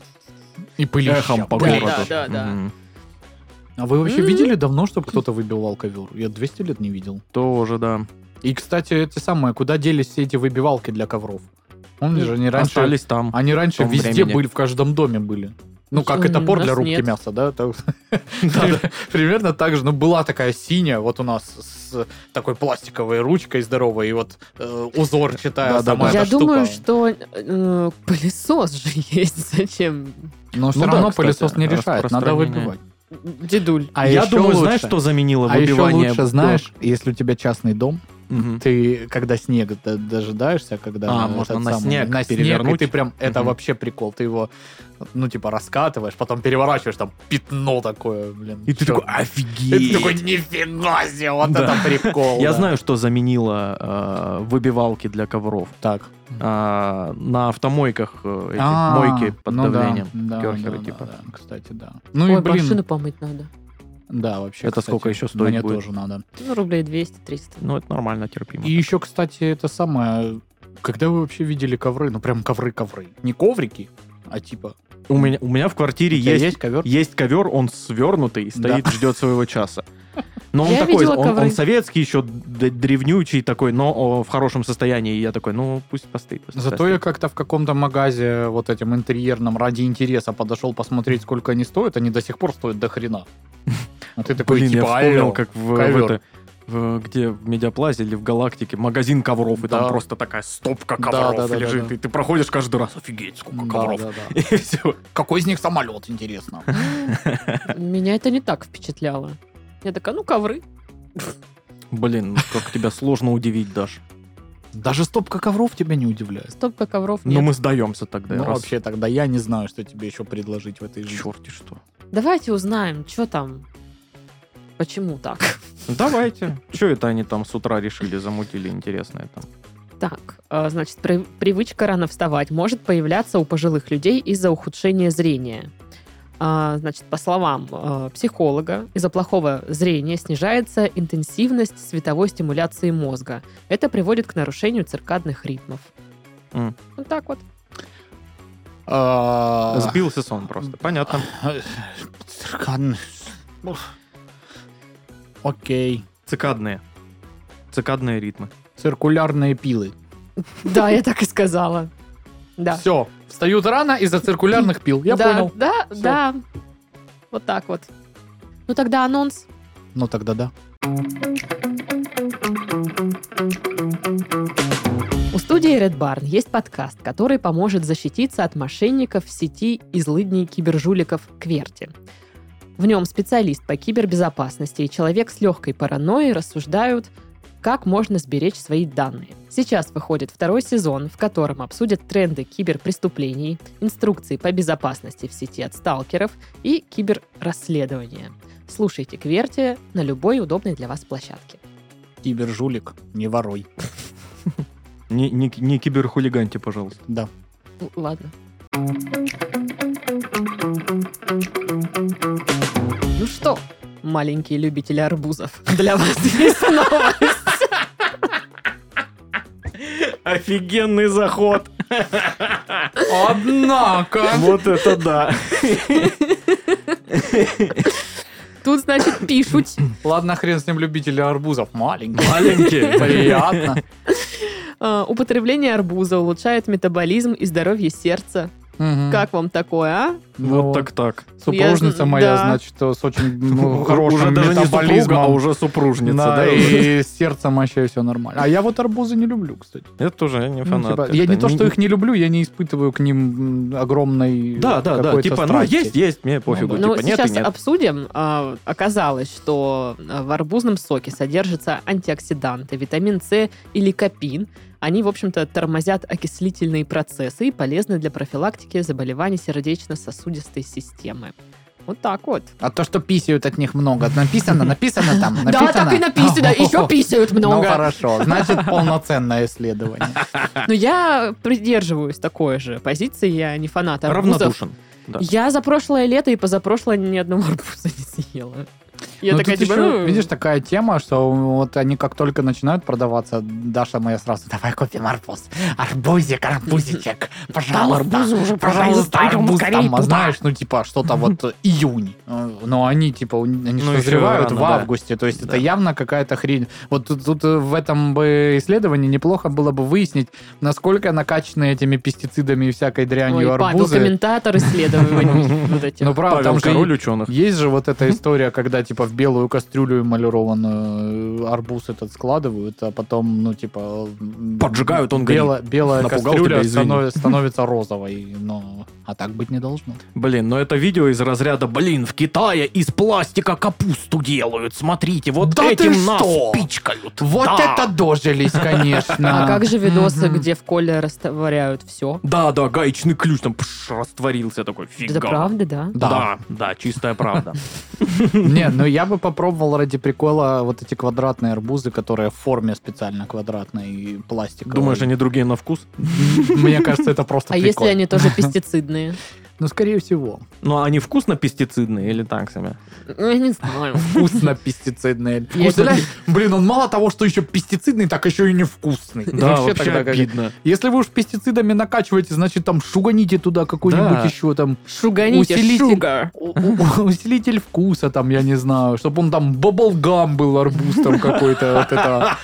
[SPEAKER 3] (laughs) И
[SPEAKER 2] Эхом по
[SPEAKER 1] Да,
[SPEAKER 2] городу. М-м.
[SPEAKER 1] да, да, да.
[SPEAKER 2] Мгм.
[SPEAKER 3] А вы вообще
[SPEAKER 1] М.
[SPEAKER 3] видели давно, чтобы кто-то выбивал ковер? Я 200 лет не видел.
[SPEAKER 2] Тоже, да.
[SPEAKER 3] И, кстати, эти самые, куда делись все эти выбивалки для ковров? Помнишь, они раньше...
[SPEAKER 2] Остались там.
[SPEAKER 3] Они раньше
[SPEAKER 2] в том
[SPEAKER 3] везде
[SPEAKER 2] времени.
[SPEAKER 3] были, в каждом доме были. Ну, как
[SPEAKER 1] М,
[SPEAKER 3] и топор
[SPEAKER 1] у
[SPEAKER 3] для
[SPEAKER 1] нас
[SPEAKER 3] рубки
[SPEAKER 1] нет.
[SPEAKER 3] мяса,
[SPEAKER 2] (laughs)
[SPEAKER 3] да? Это- (laughs) Примерно так же. Ну, была такая синяя, вот у нас с такой пластиковой ручкой здоровой, и вот э, узорчатая
[SPEAKER 2] Да-да-да.
[SPEAKER 3] сама
[SPEAKER 1] Я
[SPEAKER 3] эта
[SPEAKER 1] думаю,
[SPEAKER 3] штука.
[SPEAKER 1] что э, пылесос же есть. Зачем?
[SPEAKER 3] Но все
[SPEAKER 2] Ну да,
[SPEAKER 3] равно
[SPEAKER 2] кстати,
[SPEAKER 3] пылесос не решает, надо
[SPEAKER 2] распространение.
[SPEAKER 3] выбивать.
[SPEAKER 1] Дедуль.
[SPEAKER 3] А
[SPEAKER 2] Я
[SPEAKER 3] еще
[SPEAKER 2] думаю,
[SPEAKER 3] лучше-
[SPEAKER 2] знаешь, что заменило
[SPEAKER 3] а еще
[SPEAKER 2] выбивание?
[SPEAKER 3] лучше, знаешь, если у тебя частный дом,
[SPEAKER 2] Мгм.
[SPEAKER 3] ты когда снег д- дожидаешься, когда
[SPEAKER 2] А, можно
[SPEAKER 3] этот
[SPEAKER 2] на снег
[SPEAKER 3] на снег,
[SPEAKER 2] перевернуть.
[SPEAKER 3] и ты прям это
[SPEAKER 2] Мгм.
[SPEAKER 3] вообще прикол, ты его ну типа раскатываешь, потом переворачиваешь, там пятно такое, блин.
[SPEAKER 2] И ты
[SPEAKER 3] чёрт.
[SPEAKER 2] такой,
[SPEAKER 3] И ты
[SPEAKER 2] офигеть.
[SPEAKER 3] такой, нифига себе, вот
[SPEAKER 2] Да.
[SPEAKER 3] это прикол.
[SPEAKER 2] Я
[SPEAKER 3] да».
[SPEAKER 2] знаю, что заменило э, выбивалки для ковров.
[SPEAKER 3] Так.
[SPEAKER 2] А, на автомойках э, эти
[SPEAKER 3] А,
[SPEAKER 2] мойки под
[SPEAKER 3] ну да,
[SPEAKER 2] давлением.
[SPEAKER 3] да,
[SPEAKER 2] Керхеры,
[SPEAKER 3] да,
[SPEAKER 2] типа.
[SPEAKER 3] да, да, Кстати, да. Ну и
[SPEAKER 1] Ой, машину
[SPEAKER 3] блин,
[SPEAKER 1] помыть надо.
[SPEAKER 3] да, вообще.
[SPEAKER 2] Это
[SPEAKER 3] кстати,
[SPEAKER 2] сколько еще стоить
[SPEAKER 3] Мне
[SPEAKER 2] будет?
[SPEAKER 3] тоже надо.
[SPEAKER 1] Ну, рублей 200-300.
[SPEAKER 2] Ну, это нормально, терпимо.
[SPEAKER 3] И еще, кстати, это самое, когда вы вообще видели ковры, ну прям ковры-ковры, не коврики, а типа
[SPEAKER 2] У, меня, у меня в квартире
[SPEAKER 3] у тебя
[SPEAKER 2] есть,
[SPEAKER 3] ковер.
[SPEAKER 2] есть ковер, он свернутый, стоит, ждет своего часа. Но он
[SPEAKER 1] Я
[SPEAKER 2] такой,
[SPEAKER 1] видела
[SPEAKER 2] он, он
[SPEAKER 1] ковры.
[SPEAKER 2] советский еще, д- древнючий такой, но о, в хорошем состоянии. И я такой, ну, пусть постоит. пусть
[SPEAKER 3] Зато
[SPEAKER 2] постоит.
[SPEAKER 3] я как-то в каком-то магазе э, вот этим интерьерном ради интереса подошел посмотреть, сколько они стоят. Они до сих пор стоят до хрена. А ты такой,
[SPEAKER 2] Блин, я
[SPEAKER 3] типа,
[SPEAKER 2] вспомнил,
[SPEAKER 3] алло.
[SPEAKER 2] как в, в
[SPEAKER 3] ковер.
[SPEAKER 2] это- в- где в Медиаплазе или в Галактике магазин ковров, и
[SPEAKER 3] Да.
[SPEAKER 2] там просто такая стопка
[SPEAKER 3] Да,
[SPEAKER 2] ковров
[SPEAKER 3] да, да,
[SPEAKER 2] лежит,
[SPEAKER 3] да, да.
[SPEAKER 2] и ты проходишь каждый раз, офигеть, сколько
[SPEAKER 3] Да,
[SPEAKER 2] ковров.
[SPEAKER 3] да, да.
[SPEAKER 2] (laughs) И все.
[SPEAKER 3] Какой из них самолет, интересно?
[SPEAKER 1] Меня это не так впечатляло. Я такая, ну, ковры.
[SPEAKER 2] Блин, ну как тебя сложно удивить, Даш.
[SPEAKER 3] Даже стопка ковров тебя не удивляет.
[SPEAKER 1] Стопка ковров
[SPEAKER 2] Ну
[SPEAKER 1] нет.
[SPEAKER 2] мы сдаемся тогда.
[SPEAKER 3] Ну,
[SPEAKER 2] раз-
[SPEAKER 3] вообще, тогда я не знаю, что тебе еще предложить в этой жизни.
[SPEAKER 2] Черти что.
[SPEAKER 1] Давайте узнаем, что там. Почему так?
[SPEAKER 2] Давайте. Че это они там с утра решили, замутили интересное там?
[SPEAKER 1] Так, э, значит, при- привычка рано вставать может появляться у пожилых людей из-за ухудшения зрения. А, Значит, по словам э, психолога, из-за плохого зрения снижается интенсивность световой стимуляции мозга. Это приводит к нарушению циркадных ритмов.
[SPEAKER 2] М.
[SPEAKER 1] Вот так
[SPEAKER 3] (laughs)
[SPEAKER 1] вот.
[SPEAKER 3] А,
[SPEAKER 2] Сбился сон просто. Понятно.
[SPEAKER 3] Циркан. Уф. Окей.
[SPEAKER 2] Цикадные. Цикадные ритмы.
[SPEAKER 3] Циркулярные пилы.
[SPEAKER 1] Да, я так и сказала. Да.
[SPEAKER 3] Все. Встают рано из-за циркулярных пил. Я
[SPEAKER 1] Да,
[SPEAKER 3] понял.
[SPEAKER 1] Да,
[SPEAKER 3] Всё.
[SPEAKER 1] да. Вот так вот. Ну тогда анонс.
[SPEAKER 3] Ну тогда да.
[SPEAKER 1] У студии Red Barn есть подкаст, который поможет защититься от мошенников в сети и злыдней кибержуликов Кверти. В нем специалист по кибербезопасности и человек с легкой паранойей рассуждают, как можно сберечь свои данные. Сейчас выходит второй сезон, в котором обсудят тренды киберпреступлений, инструкции по безопасности в сети от сталкеров и киберрасследования. Слушайте Кверти на любой удобной для вас площадке.
[SPEAKER 3] Кибержулик, не ворой.
[SPEAKER 2] Не, не, не киберхулиганьте, пожалуйста.
[SPEAKER 3] Да.
[SPEAKER 1] Ну, ладно. Ну что, маленькие любители арбузов, для вас есть новость.
[SPEAKER 2] Офигенный заход.
[SPEAKER 3] Однако.
[SPEAKER 2] (laughs) Вот это да.
[SPEAKER 1] Тут, значит, пишут.
[SPEAKER 3] (laughs) Ладно, хрен с ним любители арбузов. Маленький.
[SPEAKER 2] Маленькие.
[SPEAKER 3] Приятно.
[SPEAKER 1] э, Употребление арбуза улучшает метаболизм и здоровье сердца. Как вам такое, а?
[SPEAKER 2] (laughs) Вот так так.
[SPEAKER 3] Ну, Супружница
[SPEAKER 1] Я-
[SPEAKER 3] моя,
[SPEAKER 1] да.
[SPEAKER 3] значит,
[SPEAKER 2] (laughs)
[SPEAKER 3] с очень ну,
[SPEAKER 2] уже
[SPEAKER 3] хорошим
[SPEAKER 2] даже не супруга, а
[SPEAKER 3] метаболизмом.
[SPEAKER 2] уже супружница.
[SPEAKER 3] Да,
[SPEAKER 2] да?
[SPEAKER 3] и с сердцем вообще все нормально. А я вот арбузы не люблю, кстати.
[SPEAKER 2] Это тоже я не
[SPEAKER 3] Ну,
[SPEAKER 2] фанат.
[SPEAKER 3] типа,
[SPEAKER 2] как-то.
[SPEAKER 3] я не то, что их не люблю, я не испытываю к ним м, огромной
[SPEAKER 2] (laughs) Да, да, да.
[SPEAKER 3] какой-то
[SPEAKER 2] Типа, ну,
[SPEAKER 3] страсти.
[SPEAKER 2] есть, есть, мне пофигу.
[SPEAKER 3] Ну,
[SPEAKER 1] Ну,
[SPEAKER 2] Типа, нет и
[SPEAKER 1] сейчас
[SPEAKER 2] нет.
[SPEAKER 1] обсудим. А, Оказалось, что а, в арбузном соке содержатся антиоксиданты, витамин С и ликопин. Они, в общем-то, тормозят окислительные процессы и полезны для профилактики заболеваний сердечно-сосудистой системы. Вот так вот.
[SPEAKER 3] А то, что писают от них много, написано, написано там, написано.
[SPEAKER 1] Да, так и
[SPEAKER 3] (laughs)
[SPEAKER 1] написано. Еще писают
[SPEAKER 3] Ну,
[SPEAKER 1] много.
[SPEAKER 3] хорошо. Значит, полноценное исследование.
[SPEAKER 1] Но я придерживаюсь такой же позиции. Я не фанат арбузов.
[SPEAKER 2] Равнодушен. да.
[SPEAKER 1] Я за прошлое лето и позапрошлое ни одного арбуза не съела. Я
[SPEAKER 3] Ну,
[SPEAKER 1] такая,
[SPEAKER 3] тут
[SPEAKER 1] типа,
[SPEAKER 3] еще,
[SPEAKER 1] ну,
[SPEAKER 3] видишь, такая тема, что вот они как только начинают продаваться, Даша моя сразу, давай купим арбуз, арбузик, арбузичек, пожалуйста,
[SPEAKER 4] арбузы уже,
[SPEAKER 3] пожалуйста,
[SPEAKER 4] пожалуйста, идем
[SPEAKER 3] арбуз
[SPEAKER 4] скорее
[SPEAKER 3] там, а
[SPEAKER 4] туда».
[SPEAKER 3] знаешь, ну типа что-то вот июнь, но они типа, у- они
[SPEAKER 2] Ну,
[SPEAKER 3] же
[SPEAKER 2] еще
[SPEAKER 3] созревают
[SPEAKER 2] рано,
[SPEAKER 3] в
[SPEAKER 2] да.
[SPEAKER 3] августе, то есть это
[SPEAKER 2] Да.
[SPEAKER 3] явно какая-то хрень. Вот тут, тут э, в этом бы исследовании неплохо было бы выяснить, насколько накачаны этими пестицидами и всякой дрянью
[SPEAKER 1] Ой, Павел,
[SPEAKER 3] арбузы.
[SPEAKER 1] комментатор
[SPEAKER 3] (laughs)
[SPEAKER 1] исследований вот этих.
[SPEAKER 3] Ну, правда,
[SPEAKER 2] Павел,
[SPEAKER 3] там же и-
[SPEAKER 2] король ученых.
[SPEAKER 3] (laughs) есть же вот эта история, когда типа в белую кастрюлю эмалированную э, арбуз этот складывают, а потом, ну, типа... м,
[SPEAKER 2] Поджигают, он горит.
[SPEAKER 3] бело- Белая
[SPEAKER 2] Напугал
[SPEAKER 3] кастрюля
[SPEAKER 2] тебя, извини.
[SPEAKER 3] станов- становится розовой, но... А так быть не должно.
[SPEAKER 2] Блин, но это видео из разряда, блин, в Китае из пластика капусту делают, смотрите, вот
[SPEAKER 3] Да ты
[SPEAKER 2] этим нас
[SPEAKER 3] что?
[SPEAKER 2] пичкают.
[SPEAKER 3] Вот
[SPEAKER 2] да.
[SPEAKER 3] это дожились, конечно.
[SPEAKER 1] А как же видосы,
[SPEAKER 3] Мгм.
[SPEAKER 1] где в коле растворяют все?
[SPEAKER 2] Да, да, гаечный ключ там пш, растворился такой, фига.
[SPEAKER 1] Это правда, да?
[SPEAKER 2] Да.
[SPEAKER 3] Да.
[SPEAKER 2] да, чистая
[SPEAKER 3] (laughs)
[SPEAKER 2] правда.
[SPEAKER 3] Не, ну я бы попробовал ради прикола вот эти квадратные арбузы, которые в форме специально квадратной и пластиковой.
[SPEAKER 2] Думаешь, они другие на вкус?
[SPEAKER 3] Мне кажется, это просто
[SPEAKER 1] А
[SPEAKER 3] прикол.
[SPEAKER 1] если они тоже пестицидные?
[SPEAKER 3] Ну, скорее всего.
[SPEAKER 2] Ну, они вкусно-пестицидные или так себе?
[SPEAKER 1] (laughs) Ну, Я не знаю.
[SPEAKER 3] Вкусно пестицидный.
[SPEAKER 1] Я
[SPEAKER 3] Представляешь, блин, он мало того, что еще пестицидный, так еще и невкусный.
[SPEAKER 2] Да, вообще,
[SPEAKER 3] тогда как-
[SPEAKER 2] обидно.
[SPEAKER 3] Если вы уж пестицидами накачиваете, значит, там шуганите туда какой-нибудь
[SPEAKER 2] Да.
[SPEAKER 3] еще там
[SPEAKER 1] Шуганите,
[SPEAKER 3] Усилитель.
[SPEAKER 1] шуга.
[SPEAKER 3] у- у- усилитель вкуса, там, я не знаю, чтобы он там баблгам был, арбуз там какой-то, вот это.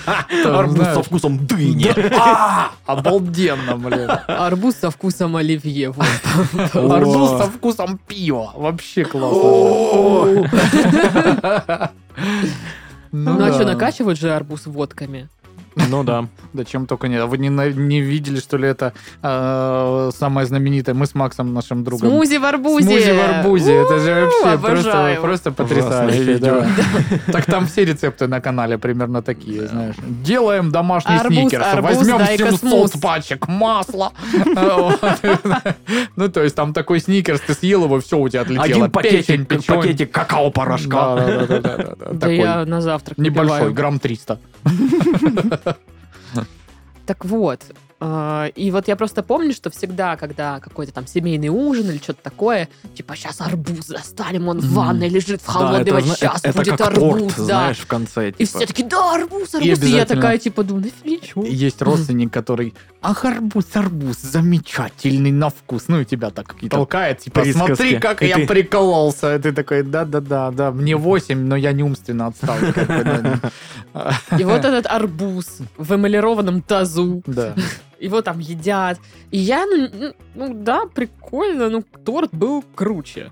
[SPEAKER 3] там,
[SPEAKER 2] Арбуз со
[SPEAKER 3] знаешь.
[SPEAKER 2] вкусом дыни.
[SPEAKER 3] Да. А, Обалденно, блин.
[SPEAKER 1] Арбуз со вкусом оливье.
[SPEAKER 3] (laughs)
[SPEAKER 1] вот.
[SPEAKER 2] О.
[SPEAKER 3] Арбуз со вкусом пива. Вообще классно. (laughs)
[SPEAKER 2] О,
[SPEAKER 1] Ну а
[SPEAKER 3] да.
[SPEAKER 1] что, накачивают же арбуз водками?
[SPEAKER 2] Ну да.
[SPEAKER 3] Да чем только не. а Вы не, на- не видели, что ли, это э, самое знаменитое? Мы с Максом, нашим другом.
[SPEAKER 1] Смузи в арбузе.
[SPEAKER 3] Смузи в арбузе. Это же вообще просто,
[SPEAKER 1] обожаю.
[SPEAKER 3] просто
[SPEAKER 2] Ужасное
[SPEAKER 3] потрясающе.
[SPEAKER 2] видео.
[SPEAKER 3] да. Так там все рецепты на канале примерно такие, знаешь. Делаем домашний
[SPEAKER 1] Арбуз,
[SPEAKER 3] сникерс,
[SPEAKER 1] арбуз,
[SPEAKER 3] возьмем
[SPEAKER 1] дай-ка
[SPEAKER 3] 700
[SPEAKER 1] смус.
[SPEAKER 3] пачек масла. (laughs) Вот. Ну, то есть там такой сникерс, ты съел его, все у тебя отлетело.
[SPEAKER 2] Один
[SPEAKER 3] Печень,
[SPEAKER 2] пакетик,
[SPEAKER 3] печень.
[SPEAKER 2] пакетик какао-порошка.
[SPEAKER 3] Да, да, да, да, да, да.
[SPEAKER 1] Да
[SPEAKER 3] Такой
[SPEAKER 1] я на завтрак
[SPEAKER 3] Небольшой,
[SPEAKER 1] набиваю.
[SPEAKER 3] грамм 300.
[SPEAKER 1] Так вот. э, И вот я просто помню, что всегда, когда какой-то там семейный ужин или что-то такое, типа сейчас арбуз достанем, он в
[SPEAKER 3] Мгм.
[SPEAKER 1] ванной лежит в
[SPEAKER 2] Да,
[SPEAKER 1] холодной, вот
[SPEAKER 2] зна-
[SPEAKER 1] сейчас
[SPEAKER 2] это
[SPEAKER 1] будет
[SPEAKER 2] как
[SPEAKER 1] арбуз,
[SPEAKER 2] торт,
[SPEAKER 1] да.
[SPEAKER 2] знаешь, в конце.
[SPEAKER 1] И
[SPEAKER 2] типа.
[SPEAKER 1] все таки да, арбуз, арбуз. И, я
[SPEAKER 3] обязательно-
[SPEAKER 1] такая, типа, думаю, нафиг чего?
[SPEAKER 3] Есть родственник, который, ах, арбуз, арбуз, замечательный на вкус. Ну, и тебя так толкает, типа,
[SPEAKER 2] присказки.
[SPEAKER 3] смотри, как
[SPEAKER 2] И
[SPEAKER 3] я
[SPEAKER 2] ты-
[SPEAKER 3] прикололся. И ты такой, да-да-да, да, мне 8, но я не умственно (laughs) отстал. как бы, да,
[SPEAKER 1] И вот этот арбуз в эмалированном тазу.
[SPEAKER 3] Да.
[SPEAKER 1] Его там едят. И я, ну, ну, ну да, прикольно, ну торт был
[SPEAKER 2] (laughs)
[SPEAKER 1] круче.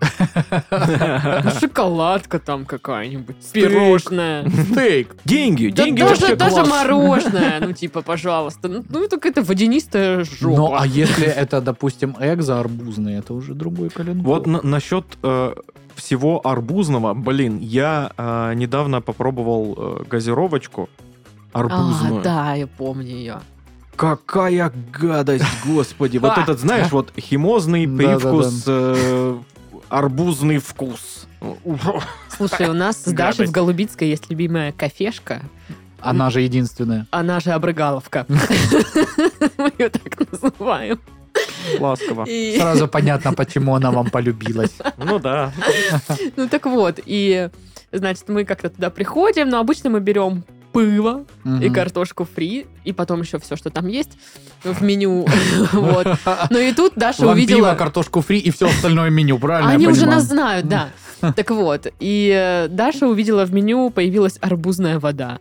[SPEAKER 1] Ну, Шоколадка там какая-нибудь,
[SPEAKER 3] Пирог.
[SPEAKER 1] пирожное.
[SPEAKER 3] Стейк.
[SPEAKER 2] Деньги,
[SPEAKER 1] Да
[SPEAKER 2] деньги
[SPEAKER 1] даже,
[SPEAKER 2] вообще
[SPEAKER 1] даже
[SPEAKER 2] класс.
[SPEAKER 1] мороженое, ну типа, пожалуйста. Ну, ну, это какая-то водянистая
[SPEAKER 3] Ну,
[SPEAKER 1] жопа.
[SPEAKER 3] а если это, допустим, экзо арбузный, это уже другой коленкор.
[SPEAKER 2] Вот на- насчет э, всего арбузного, блин, я э, недавно попробовал э, газировочку арбузную.
[SPEAKER 1] А, да, я помню ее.
[SPEAKER 2] Какая гадость, господи! Вот
[SPEAKER 1] А.
[SPEAKER 2] этот, знаешь, вот химозный
[SPEAKER 3] Да-да-да.
[SPEAKER 2] привкус, э, арбузный вкус.
[SPEAKER 1] Слушай, у нас с Дашей в
[SPEAKER 2] Гадость.
[SPEAKER 1] Голубицкой есть любимая кафешка.
[SPEAKER 3] Она же единственная.
[SPEAKER 1] Она же обрыгаловка. Мы ее так называем.
[SPEAKER 2] (laughs) Ласково.
[SPEAKER 1] И-
[SPEAKER 3] Сразу понятно, почему она вам полюбилась.
[SPEAKER 2] Ну да.
[SPEAKER 1] Ну так вот, и значит, мы как-то туда приходим, но обычно мы берем пыло и
[SPEAKER 3] Мгм.
[SPEAKER 1] картошку фри, и потом еще все, что там есть в меню. (laughs) Вот. Но и тут Даша
[SPEAKER 3] Вам пиво,
[SPEAKER 1] увидела...
[SPEAKER 3] картошку фри и все остальное меню, правильно
[SPEAKER 1] Они
[SPEAKER 3] я
[SPEAKER 1] уже
[SPEAKER 3] понимаю?
[SPEAKER 1] нас знают, да. Так вот, и э, Даша увидела в меню, появилась арбузная
[SPEAKER 3] (laughs)
[SPEAKER 1] вода.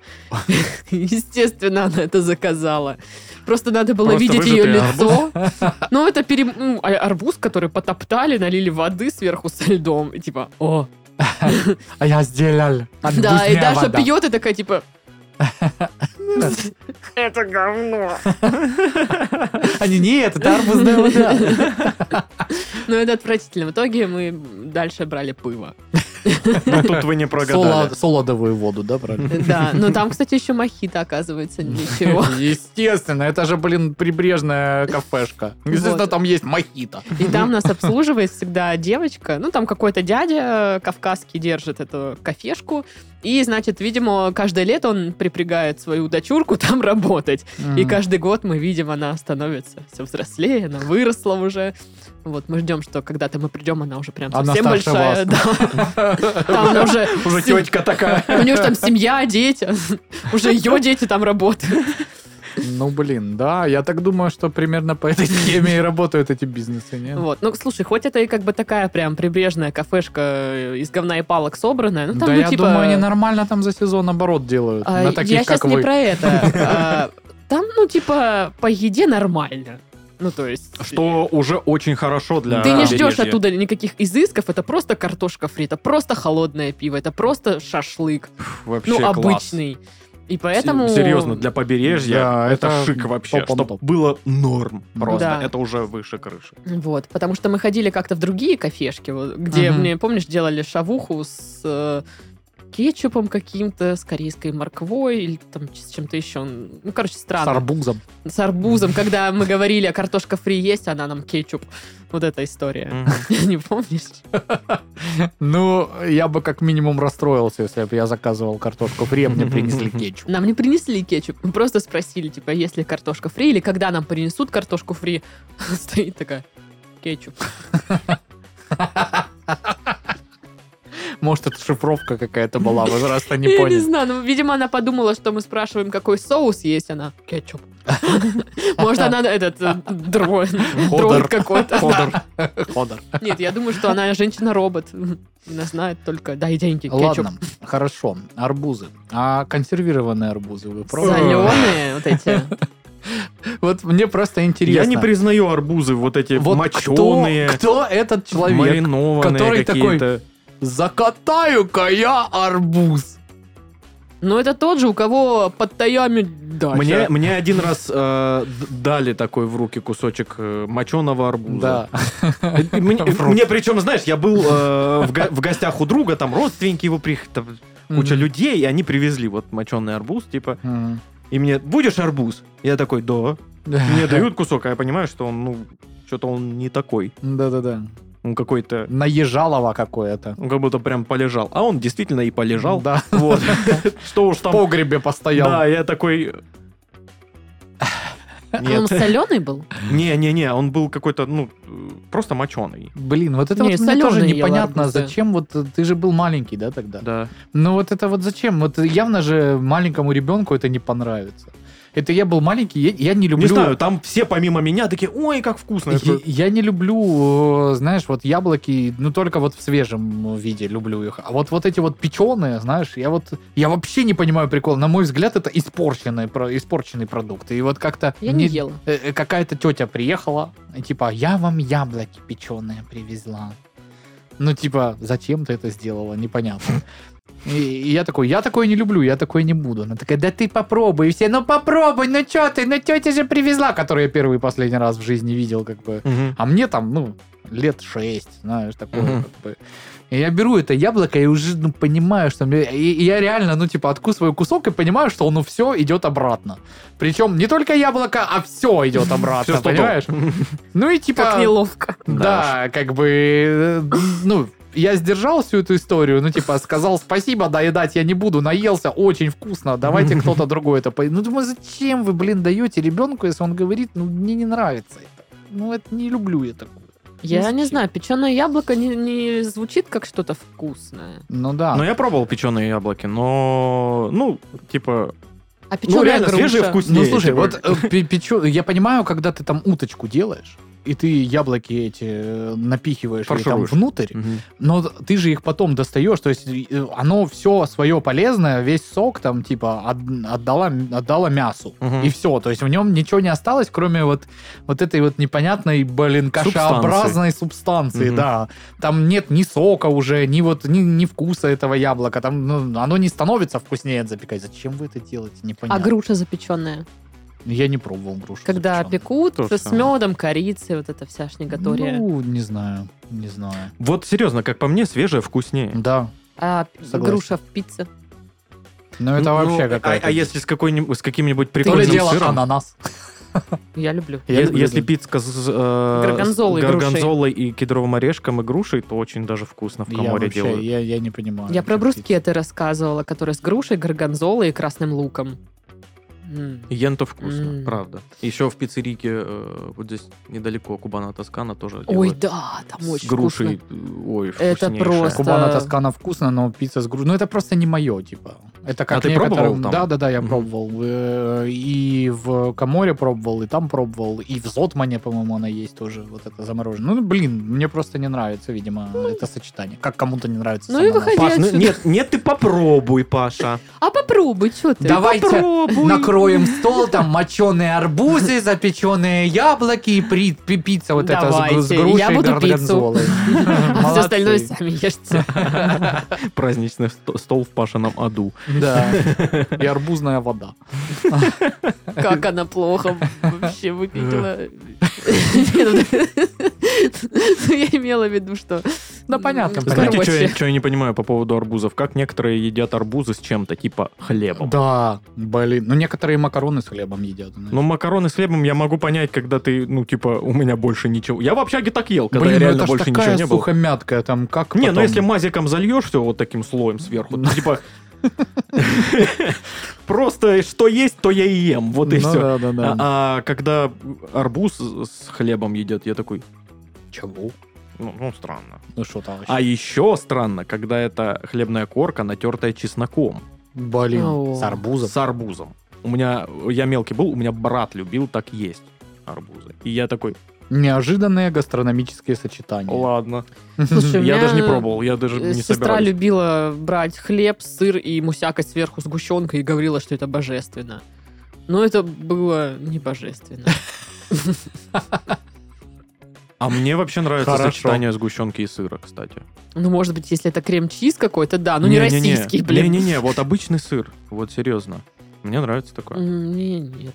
[SPEAKER 1] Естественно, она это заказала. Просто надо было
[SPEAKER 2] Просто
[SPEAKER 1] видеть ее
[SPEAKER 2] выжатый
[SPEAKER 1] лицо.
[SPEAKER 3] (laughs)
[SPEAKER 1] Ну, это пере- м, а- арбуз, который потоптали, налили воды сверху со льдом. И типа, о,
[SPEAKER 3] (laughs) А я сделал.
[SPEAKER 1] Да, и
[SPEAKER 3] Арбузная
[SPEAKER 1] Даша
[SPEAKER 3] вода.
[SPEAKER 1] пьет и такая, типа... Это говно.
[SPEAKER 3] Они, нет, А это арбузная вода.
[SPEAKER 1] Ну, это отвратительно. В итоге мы дальше брали пиво.
[SPEAKER 2] Но Ну, тут вы не прогадали.
[SPEAKER 3] Соло- Солодовую воду, да, правильно?
[SPEAKER 1] Э, Да, но там, кстати, еще мохито, оказывается, ничего.
[SPEAKER 3] Естественно, это же, блин, прибрежная кафешка. Естественно,
[SPEAKER 1] Вот.
[SPEAKER 3] там есть мохито.
[SPEAKER 1] И там нас обслуживает всегда девочка. Ну, там какой-то дядя э, кавказский держит эту кафешку. И, значит, видимо, каждое лето он припрягает свою дочурку (laughs) там работать. И каждый год мы видим, она становится все взрослее, она выросла уже. Вот мы ждем, что когда-то мы придем, она уже прям
[SPEAKER 3] Она
[SPEAKER 1] совсем
[SPEAKER 3] старше
[SPEAKER 1] большая.
[SPEAKER 3] вас.
[SPEAKER 1] (laughs) Да.
[SPEAKER 3] (laughs)
[SPEAKER 1] Там она уже...
[SPEAKER 3] Уже
[SPEAKER 1] сем-
[SPEAKER 3] тетка такая.
[SPEAKER 1] (laughs) У нее же там семья, дети. (laughs) Уже ее дети там работают.
[SPEAKER 3] Ну, блин, да, я так думаю, что примерно по этой схеме и работают эти бизнесы, нет?
[SPEAKER 1] Вот. Ну, слушай, хоть это и как бы такая прям прибрежная кафешка э, из говна и палок собранная, ну там,
[SPEAKER 3] да,
[SPEAKER 1] ну,
[SPEAKER 3] я
[SPEAKER 1] типа...
[SPEAKER 3] думаю, они нормально там за сезон оборот делают.
[SPEAKER 1] а,
[SPEAKER 3] на
[SPEAKER 1] я
[SPEAKER 3] таких,
[SPEAKER 1] сейчас
[SPEAKER 3] как
[SPEAKER 1] не
[SPEAKER 3] вы.
[SPEAKER 1] про
[SPEAKER 3] (laughs)
[SPEAKER 1] это. А, Там, ну, типа, по еде нормально. Ну, то есть...
[SPEAKER 3] А
[SPEAKER 2] Что уже очень хорошо для
[SPEAKER 1] Ты не ждешь
[SPEAKER 2] побережья.
[SPEAKER 1] оттуда никаких изысков, это просто картошка фри, это просто холодное пиво, это просто шашлык,
[SPEAKER 2] Вообще
[SPEAKER 1] ну,
[SPEAKER 2] класс.
[SPEAKER 1] обычный. И поэтому...
[SPEAKER 2] Серьезно, для побережья
[SPEAKER 3] Да,
[SPEAKER 2] а это,
[SPEAKER 3] это
[SPEAKER 2] шик вообще.
[SPEAKER 3] топ-он
[SPEAKER 2] Чтоб
[SPEAKER 3] топ.
[SPEAKER 2] было норм просто.
[SPEAKER 1] Да.
[SPEAKER 2] Это уже выше крыши.
[SPEAKER 1] Вот, потому что мы ходили как-то в другие кафешки, вот, где,
[SPEAKER 3] Мгм.
[SPEAKER 1] мне, помнишь, делали шавуху с э, кетчупом каким-то, с корейской морквой или там с чем-то еще. Ну, короче,
[SPEAKER 3] С
[SPEAKER 1] странно.
[SPEAKER 3] арбузом.
[SPEAKER 1] С арбузом, когда мы говорили, а картошка фри есть, она нам кетчуп. Вот эта история. (laughs)
[SPEAKER 2] Мгм.
[SPEAKER 1] Не помнишь?
[SPEAKER 3] Ну, я бы как минимум расстроился, если бы я заказывал картошку фри, а
[SPEAKER 1] (laughs)
[SPEAKER 3] мне принесли кетчуп.
[SPEAKER 1] Нам не принесли кетчуп. Мы просто спросили, типа, есть ли картошка (laughs) фри, или когда нам принесут картошку фри. Стоит такая, кетчуп.
[SPEAKER 3] Может, это шифровка какая-то была, возраста не
[SPEAKER 1] Я не
[SPEAKER 3] понял.
[SPEAKER 1] знаю, ну, видимо, она подумала, что мы спрашиваем, какой соус есть она. Кетчуп. (laughs) Может, она этот э, дро- дроид какой-то.
[SPEAKER 3] Ходор. Ходор.
[SPEAKER 1] Нет, я думаю, что она женщина-робот. (laughs) Она знает только, дай деньги, кетчуп.
[SPEAKER 3] Ладно, хорошо. Арбузы. А консервированные арбузы вы пробовали?
[SPEAKER 1] Соленые вот эти.
[SPEAKER 3] Вот мне просто интересно.
[SPEAKER 2] Я не признаю арбузы, вот эти
[SPEAKER 3] Вот
[SPEAKER 2] моченые,
[SPEAKER 3] кто, кто этот человек?
[SPEAKER 2] маринованные
[SPEAKER 3] который такой-
[SPEAKER 2] какие-то.
[SPEAKER 3] Закатаю-ка я арбуз.
[SPEAKER 1] Но это тот же, у кого под таями А дача.
[SPEAKER 2] Мне, мне один раз э, д- дали такой в руки кусочек э, моченого арбуза.
[SPEAKER 3] Да.
[SPEAKER 2] И Мне,
[SPEAKER 3] (laughs)
[SPEAKER 2] мне причем, знаешь, я был э, в, го- в гостях у друга, там родственники его приехали, там куча людей, и они привезли вот моченый арбуз, типа.
[SPEAKER 3] Мгм.
[SPEAKER 2] И мне, будешь арбуз? Я такой, да. Мне дают кусок, а я понимаю, что он, ну, что-то он не такой.
[SPEAKER 3] (laughs) Да-да-да.
[SPEAKER 2] Он какой-то,
[SPEAKER 3] Наезжалово какое-то.
[SPEAKER 2] он как будто прям полежал. А он действительно и полежал.
[SPEAKER 3] Да.
[SPEAKER 2] Вот. (laughs) Что уж
[SPEAKER 3] В
[SPEAKER 2] там.
[SPEAKER 3] погребе постоял.
[SPEAKER 2] Да, я
[SPEAKER 3] (laughs)
[SPEAKER 2] такой...
[SPEAKER 1] Он
[SPEAKER 2] Нет.
[SPEAKER 1] соленый был?
[SPEAKER 2] Не-не-не, он был какой-то, ну, э, просто моченый.
[SPEAKER 3] Блин, вот это
[SPEAKER 1] Не,
[SPEAKER 3] вот мне тоже
[SPEAKER 1] солёные ела
[SPEAKER 3] непонятно,
[SPEAKER 1] арбузы.
[SPEAKER 3] зачем вот э, ты же был маленький, да, тогда?
[SPEAKER 2] Да.
[SPEAKER 3] Ну вот это вот зачем? Вот явно же маленькому ребенку это не понравится. Это я был маленький, я, я не
[SPEAKER 2] Не
[SPEAKER 3] люблю...
[SPEAKER 2] знаю, там все помимо меня такие, ой, как вкусно. Я
[SPEAKER 3] Я,
[SPEAKER 2] такой,
[SPEAKER 3] я не люблю, э, знаешь, вот яблоки, ну только вот в свежем виде люблю их. А вот вот эти вот печеные, знаешь, я вот я вообще не понимаю прикол. На мой взгляд, это испорченные, про- испорченный продукт. И вот как-то
[SPEAKER 1] Я не
[SPEAKER 3] мне-
[SPEAKER 1] ела.
[SPEAKER 3] э, э, какая-то тетя приехала, и типа, я вам яблоки печеные привезла. Ну, типа, зачем ты это сделала, непонятно. И, и я такой, я такое не люблю, я такое не буду. Она такая, да ты попробуй. И все, ну попробуй, ну чё ты, ну тетя же привезла, которую я первый и последний раз в жизни видел, как бы.
[SPEAKER 2] «Мгм».
[SPEAKER 3] А мне там, ну, лет шесть, знаешь, такое.
[SPEAKER 2] Мгм.
[SPEAKER 3] как бы. И я беру это яблоко и уже ну, понимаю, что... мне- И, и я реально, ну, типа, откусываю кусок и понимаю, что оно все идет обратно. Причем не только яблоко, а
[SPEAKER 2] (laughs)
[SPEAKER 3] все идет обратно,
[SPEAKER 2] Всё, что
[SPEAKER 3] понимаешь? Ну и типа...
[SPEAKER 2] А.
[SPEAKER 1] Как неловко.
[SPEAKER 3] Да, как бы, э, ну, я сдержал всю эту историю, ну, типа, сказал спасибо, доедать я не буду, наелся, очень вкусно,
[SPEAKER 2] (laughs)
[SPEAKER 3] давайте кто-то другой это поедет. Ну, думаю, зачем вы, блин, даете ребенку, если он говорит, ну, мне не нравится это. Ну, это не люблю я такое.
[SPEAKER 1] Я
[SPEAKER 3] зачем?
[SPEAKER 1] не знаю, печеное яблоко не, не звучит как что-то вкусное.
[SPEAKER 3] Ну, да.
[SPEAKER 2] Но я пробовал печеные яблоки, но, ну, типа,
[SPEAKER 1] А
[SPEAKER 2] ну,
[SPEAKER 1] печеная
[SPEAKER 2] реально
[SPEAKER 1] груша.
[SPEAKER 2] свежие вкуснее.
[SPEAKER 3] Ну, слушай,
[SPEAKER 2] типа.
[SPEAKER 3] вот э, пе- печё- я понимаю, когда ты там уточку делаешь, и ты яблоки эти э, напихиваешь или там
[SPEAKER 2] Фаршируешь.
[SPEAKER 3] внутрь,
[SPEAKER 2] Мгм.
[SPEAKER 3] Но ты же их потом достаешь, то есть э, оно все свое полезное, весь сок там типа от- отдала, отдала мясу.
[SPEAKER 2] Мгм.
[SPEAKER 3] И все, то есть в нем ничего не осталось, кроме вот, вот этой вот непонятной, блин, кашеобразной субстанции,
[SPEAKER 2] Мгм.
[SPEAKER 3] да. Там нет ни сока уже, ни вот, ни, ни вкуса этого яблока, там ну, оно не становится вкуснее от запекать. Зачем вы это делаете,
[SPEAKER 1] А
[SPEAKER 3] непонятно.
[SPEAKER 1] груша запеченная.
[SPEAKER 3] Я не пробовал грушу.
[SPEAKER 1] Когда
[SPEAKER 3] запечённую.
[SPEAKER 1] пекут
[SPEAKER 2] То же
[SPEAKER 1] с
[SPEAKER 2] самое.
[SPEAKER 1] медом, корицей, вот эта вся шнеготория.
[SPEAKER 3] Ну, не знаю, не знаю.
[SPEAKER 2] Вот серьезно, как по мне, свежее вкуснее.
[SPEAKER 3] Да,
[SPEAKER 1] а
[SPEAKER 3] согласен.
[SPEAKER 1] груша в пицце.
[SPEAKER 3] но это
[SPEAKER 2] Ну,
[SPEAKER 3] вообще
[SPEAKER 2] ну, а-
[SPEAKER 3] какая-то...
[SPEAKER 2] А если с какой-нибудь с каким-нибудь
[SPEAKER 3] То ли
[SPEAKER 2] прикольным
[SPEAKER 3] дело
[SPEAKER 2] сыром?
[SPEAKER 3] ананас.
[SPEAKER 1] Я люблю.
[SPEAKER 3] Я
[SPEAKER 2] Е-
[SPEAKER 3] люблю
[SPEAKER 2] Если
[SPEAKER 3] это.
[SPEAKER 2] пицца с э,
[SPEAKER 1] Горгонзолой и
[SPEAKER 2] с
[SPEAKER 1] грушей.
[SPEAKER 2] горгонзолой и кедровым орешком и грушей, то очень даже вкусно в
[SPEAKER 3] Я
[SPEAKER 2] коморе
[SPEAKER 3] вообще,
[SPEAKER 2] делают.
[SPEAKER 3] я, я не
[SPEAKER 2] А,
[SPEAKER 3] понимаю.
[SPEAKER 1] Я про
[SPEAKER 3] чем пить.
[SPEAKER 1] брускеты рассказывала, которые с грушей, горгонзолой и красным луком. М.
[SPEAKER 2] Ента вкусно,
[SPEAKER 1] М.
[SPEAKER 2] правда. Еще в пиццерике э, вот здесь недалеко Кубана Тоскана тоже
[SPEAKER 1] Ой,
[SPEAKER 2] делают
[SPEAKER 1] да, там
[SPEAKER 2] с
[SPEAKER 1] очень
[SPEAKER 2] грушей.
[SPEAKER 1] вкусно.
[SPEAKER 2] э, Ой,
[SPEAKER 1] Это
[SPEAKER 2] вкуснейшая.
[SPEAKER 1] просто-
[SPEAKER 3] Кубана
[SPEAKER 1] Что-
[SPEAKER 3] Тоскана вкусно, но пицца с грушей. Ну, это просто не мое, типа. Это как
[SPEAKER 2] А ты
[SPEAKER 3] некоторым-
[SPEAKER 2] пробовал там?
[SPEAKER 3] Да, да, да, я
[SPEAKER 2] Мгм.
[SPEAKER 3] пробовал. Э, И в Каморе пробовал, и там пробовал, и в Зотмане, по-моему, она есть тоже, вот это замороженное. Ну, блин, мне просто не нравится, видимо, это сочетание. Как кому-то не нравится
[SPEAKER 1] Ну
[SPEAKER 3] сам
[SPEAKER 1] и
[SPEAKER 3] ананас.
[SPEAKER 1] выходи.
[SPEAKER 2] Паш, ну,
[SPEAKER 1] отсюда.
[SPEAKER 2] нет, нет, ты попробуй, Паша.
[SPEAKER 1] А попробуй, что ты?
[SPEAKER 3] Давайте
[SPEAKER 2] попробуй.
[SPEAKER 3] накроем стол, там моченые арбузы, запеченные яблоки и при- пи- пицца вот эта с гру- с
[SPEAKER 1] Давайте,
[SPEAKER 3] грушей
[SPEAKER 1] я буду
[SPEAKER 3] и
[SPEAKER 1] пиццу. (laughs)
[SPEAKER 3] горгонзолой.
[SPEAKER 1] А все остальное
[SPEAKER 3] Молодцы.
[SPEAKER 1] сами (laughs) ешьте.
[SPEAKER 2] Праздничный сто- стол в Пашином аду.
[SPEAKER 3] Да.
[SPEAKER 2] (laughs)
[SPEAKER 3] И арбузная вода.
[SPEAKER 1] Как она плохо вообще выглядела. Нет, ну, Я имела в виду, что... Ну,
[SPEAKER 3] Да, понятно,
[SPEAKER 1] М,
[SPEAKER 3] понятно.
[SPEAKER 2] Знаете, что я,
[SPEAKER 1] короче,
[SPEAKER 2] чё я не понимаю по поводу арбузов? Как некоторые едят арбузы с чем-то, типа хлебом?
[SPEAKER 3] Да, блин. Ну, некоторые макароны с хлебом едят. знаешь.
[SPEAKER 2] Ну, макароны с хлебом я могу понять, когда ты, ну, типа, у меня больше ничего. Я в общаге так ел, когда
[SPEAKER 3] блин, ну
[SPEAKER 2] я реально
[SPEAKER 3] это ж
[SPEAKER 2] больше
[SPEAKER 3] такая
[SPEAKER 2] ничего не было.
[SPEAKER 3] сухомятка, там как
[SPEAKER 2] Не, ну
[SPEAKER 3] потом? (laughs)
[SPEAKER 2] если мазиком зальешь все вот таким слоем сверху, то, типа... Просто что есть, то я и ем, вот и А,
[SPEAKER 3] Ну
[SPEAKER 2] все.
[SPEAKER 3] да, да, да.
[SPEAKER 2] А а когда арбуз с хлебом едят, я такой,
[SPEAKER 3] Чего?
[SPEAKER 2] Ну, ну, странно.
[SPEAKER 3] Ну что там вообще?
[SPEAKER 2] А еще странно, когда это хлебная корка, натертая чесноком.
[SPEAKER 3] Блин,
[SPEAKER 1] О.
[SPEAKER 3] с арбузом.
[SPEAKER 2] С арбузом. У меня, я мелкий был, у меня брат любил так есть арбузы. И я такой,
[SPEAKER 3] Неожиданные гастрономические сочетания.
[SPEAKER 2] ладно.
[SPEAKER 1] Слушай, у
[SPEAKER 2] Я
[SPEAKER 1] меня
[SPEAKER 2] даже не пробовал, я даже не
[SPEAKER 1] Сестра
[SPEAKER 2] собираюсь.
[SPEAKER 1] любила брать хлеб, сыр и мусяка сверху сгущенкой и говорила, что это божественно. Но это было не божественно.
[SPEAKER 2] А мне вообще нравится
[SPEAKER 3] Хорошо.
[SPEAKER 2] сочетание сгущенки и сыра, кстати.
[SPEAKER 1] Ну, может быть, если это крем-чиз какой-то, да. Ну, не
[SPEAKER 2] Не-не-не.
[SPEAKER 1] российский, блин.
[SPEAKER 2] Не-не-не, вот обычный сыр. Вот серьезно. Мне нравится такое.
[SPEAKER 1] М, Не, нет.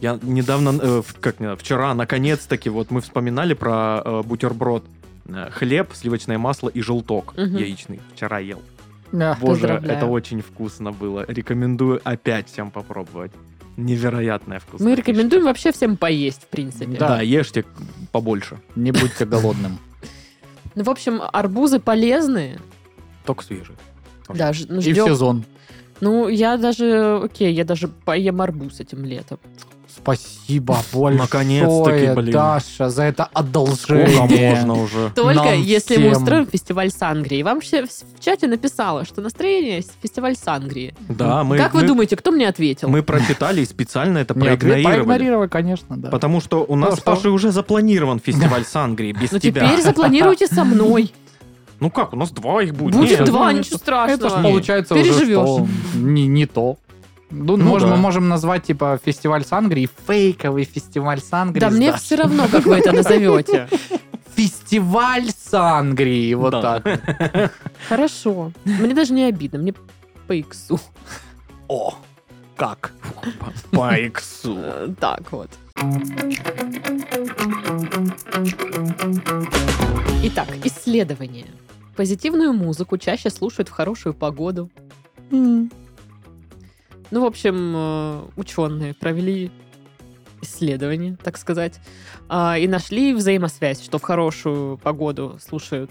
[SPEAKER 2] Я недавно, э, в- как недавно, вчера, наконец-таки, вот мы вспоминали про э, бутерброд. Э, Хлеб, сливочное масло и желток
[SPEAKER 1] Мгм.
[SPEAKER 2] яичный. Вчера ел.
[SPEAKER 3] Ах,
[SPEAKER 2] Боже,
[SPEAKER 1] поздравляю.
[SPEAKER 2] это очень вкусно было. Рекомендую опять всем попробовать. Невероятная вкусно.
[SPEAKER 1] Мы рекомендуем вообще всем поесть, в принципе.
[SPEAKER 2] Да. ешьте побольше.
[SPEAKER 3] Не
[SPEAKER 1] (laughs)
[SPEAKER 3] будьте голодным.
[SPEAKER 1] Ну, в общем, арбузы полезные.
[SPEAKER 2] Только свежий. Тоже.
[SPEAKER 1] Да, ж- ну,
[SPEAKER 3] И в
[SPEAKER 1] ждём.
[SPEAKER 3] сезон.
[SPEAKER 1] Ну, я даже, окей, я даже поем арбуз этим летом.
[SPEAKER 3] Спасибо большое,
[SPEAKER 2] Наконец-таки, блин.
[SPEAKER 3] Даша, за это
[SPEAKER 2] Сколько
[SPEAKER 3] одолжение.
[SPEAKER 2] можно уже?
[SPEAKER 1] Только
[SPEAKER 3] Нам
[SPEAKER 1] если мы
[SPEAKER 3] всем.
[SPEAKER 1] устроим фестиваль Сангрии. Вам все в в чате написала, что настроение с- фестиваль Сангрии.
[SPEAKER 2] Да, мы,
[SPEAKER 1] как
[SPEAKER 2] мы,
[SPEAKER 1] вы думаете, кто мне ответил?
[SPEAKER 2] мы прочитали и специально
[SPEAKER 3] (laughs)
[SPEAKER 2] это
[SPEAKER 3] Нет, вы
[SPEAKER 2] проигнорировали.
[SPEAKER 3] проигнорировали, конечно, да.
[SPEAKER 2] Потому что у нас
[SPEAKER 3] Ну,
[SPEAKER 2] с
[SPEAKER 3] что?
[SPEAKER 2] Пашей уже запланирован
[SPEAKER 3] (laughs)
[SPEAKER 2] фестиваль Сангрии без
[SPEAKER 1] Ну
[SPEAKER 2] тебя.
[SPEAKER 1] теперь запланируйте со мной.
[SPEAKER 2] Ну как, у нас два их будет.
[SPEAKER 1] Будет
[SPEAKER 2] Нет.
[SPEAKER 1] два,
[SPEAKER 3] ну,
[SPEAKER 1] ничего
[SPEAKER 3] Это ж
[SPEAKER 1] страшного.
[SPEAKER 3] получается уже
[SPEAKER 1] Переживешь.
[SPEAKER 3] что не, не то. Ну,
[SPEAKER 2] Ну
[SPEAKER 3] может,
[SPEAKER 2] да.
[SPEAKER 3] мы можем назвать, типа, фестиваль Сангрии, фейковый фестиваль Сангрии.
[SPEAKER 1] Да
[SPEAKER 3] с
[SPEAKER 1] мне
[SPEAKER 3] Дашей.
[SPEAKER 1] все равно, как вы
[SPEAKER 3] (laughs)
[SPEAKER 1] это назовете.
[SPEAKER 3] Фестиваль Сангрии, вот
[SPEAKER 2] Да. (laughs)
[SPEAKER 3] так.
[SPEAKER 1] Хорошо. Мне даже не обидно, мне по иксу.
[SPEAKER 3] О, как?
[SPEAKER 2] По иксу.
[SPEAKER 1] Э, Так вот. Итак, исследование. Позитивную музыку чаще слушают в хорошую погоду. Ну, в общем, ученые провели исследование, так сказать, а, и нашли взаимосвязь, что в хорошую погоду слушают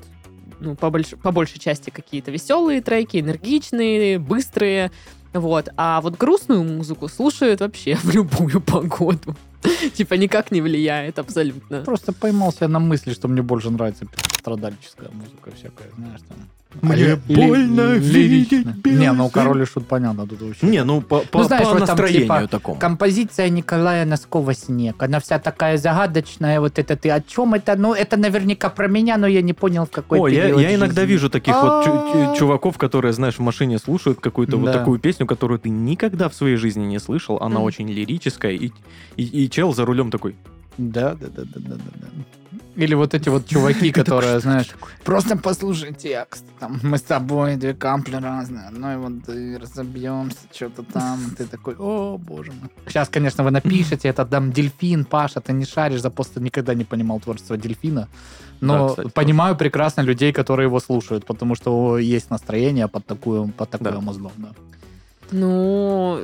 [SPEAKER 1] ну, по, больш- по большей части какие-то веселые треки, энергичные, быстрые, вот. А вот грустную музыку слушают вообще (laughs) в любую погоду. (laughs) Типа никак не влияет абсолютно.
[SPEAKER 3] Просто поймался я на мысли, что мне больше нравится страдальческая музыка всякая, знаешь, там.
[SPEAKER 2] Мне
[SPEAKER 3] А ли-
[SPEAKER 2] больно
[SPEAKER 3] ли- лиричная.
[SPEAKER 2] видеть белый
[SPEAKER 3] Не, ну
[SPEAKER 2] свет.
[SPEAKER 3] король и шут понятно, тут вообще.
[SPEAKER 2] Не, ну по, по-
[SPEAKER 3] Ну, знаешь,
[SPEAKER 2] по
[SPEAKER 3] вот там,
[SPEAKER 2] настроению
[SPEAKER 3] типа,
[SPEAKER 2] такому.
[SPEAKER 3] Композиция Николая Носкова «Снег». Она вся такая загадочная, вот это ты о чем это? Ну, это наверняка про меня, но я не понял, в какой
[SPEAKER 2] О, я,
[SPEAKER 3] период
[SPEAKER 2] я иногда
[SPEAKER 3] жизни.
[SPEAKER 2] вижу таких вот чу- чу-
[SPEAKER 3] А.
[SPEAKER 2] чуваков, которые, знаешь, в машине слушают какую-то вот
[SPEAKER 3] Да.
[SPEAKER 2] такую песню, которую ты никогда в своей жизни не слышал. Она
[SPEAKER 1] Мгм.
[SPEAKER 2] очень лирическая, и, и, и чел за рулем такой.
[SPEAKER 3] Да, да, да, да, да, да, да. Или вот эти вот (laughs) чуваки, которые, знаешь, просто послушай текст. Там мы с тобой две капли разные, одной вот и разобьемся, что-то там. Ты такой, о, боже мой. Сейчас, конечно, вы напишете, это там дельфин, Паша, ты не шаришь, за просто никогда не понимал творчество дельфина.
[SPEAKER 2] Да,
[SPEAKER 3] Но
[SPEAKER 2] кстати,
[SPEAKER 3] понимаю прекрасно людей, которые его слушают, потому что есть настроение под такую, под такое
[SPEAKER 2] Да.
[SPEAKER 3] музло, да.
[SPEAKER 1] Ну,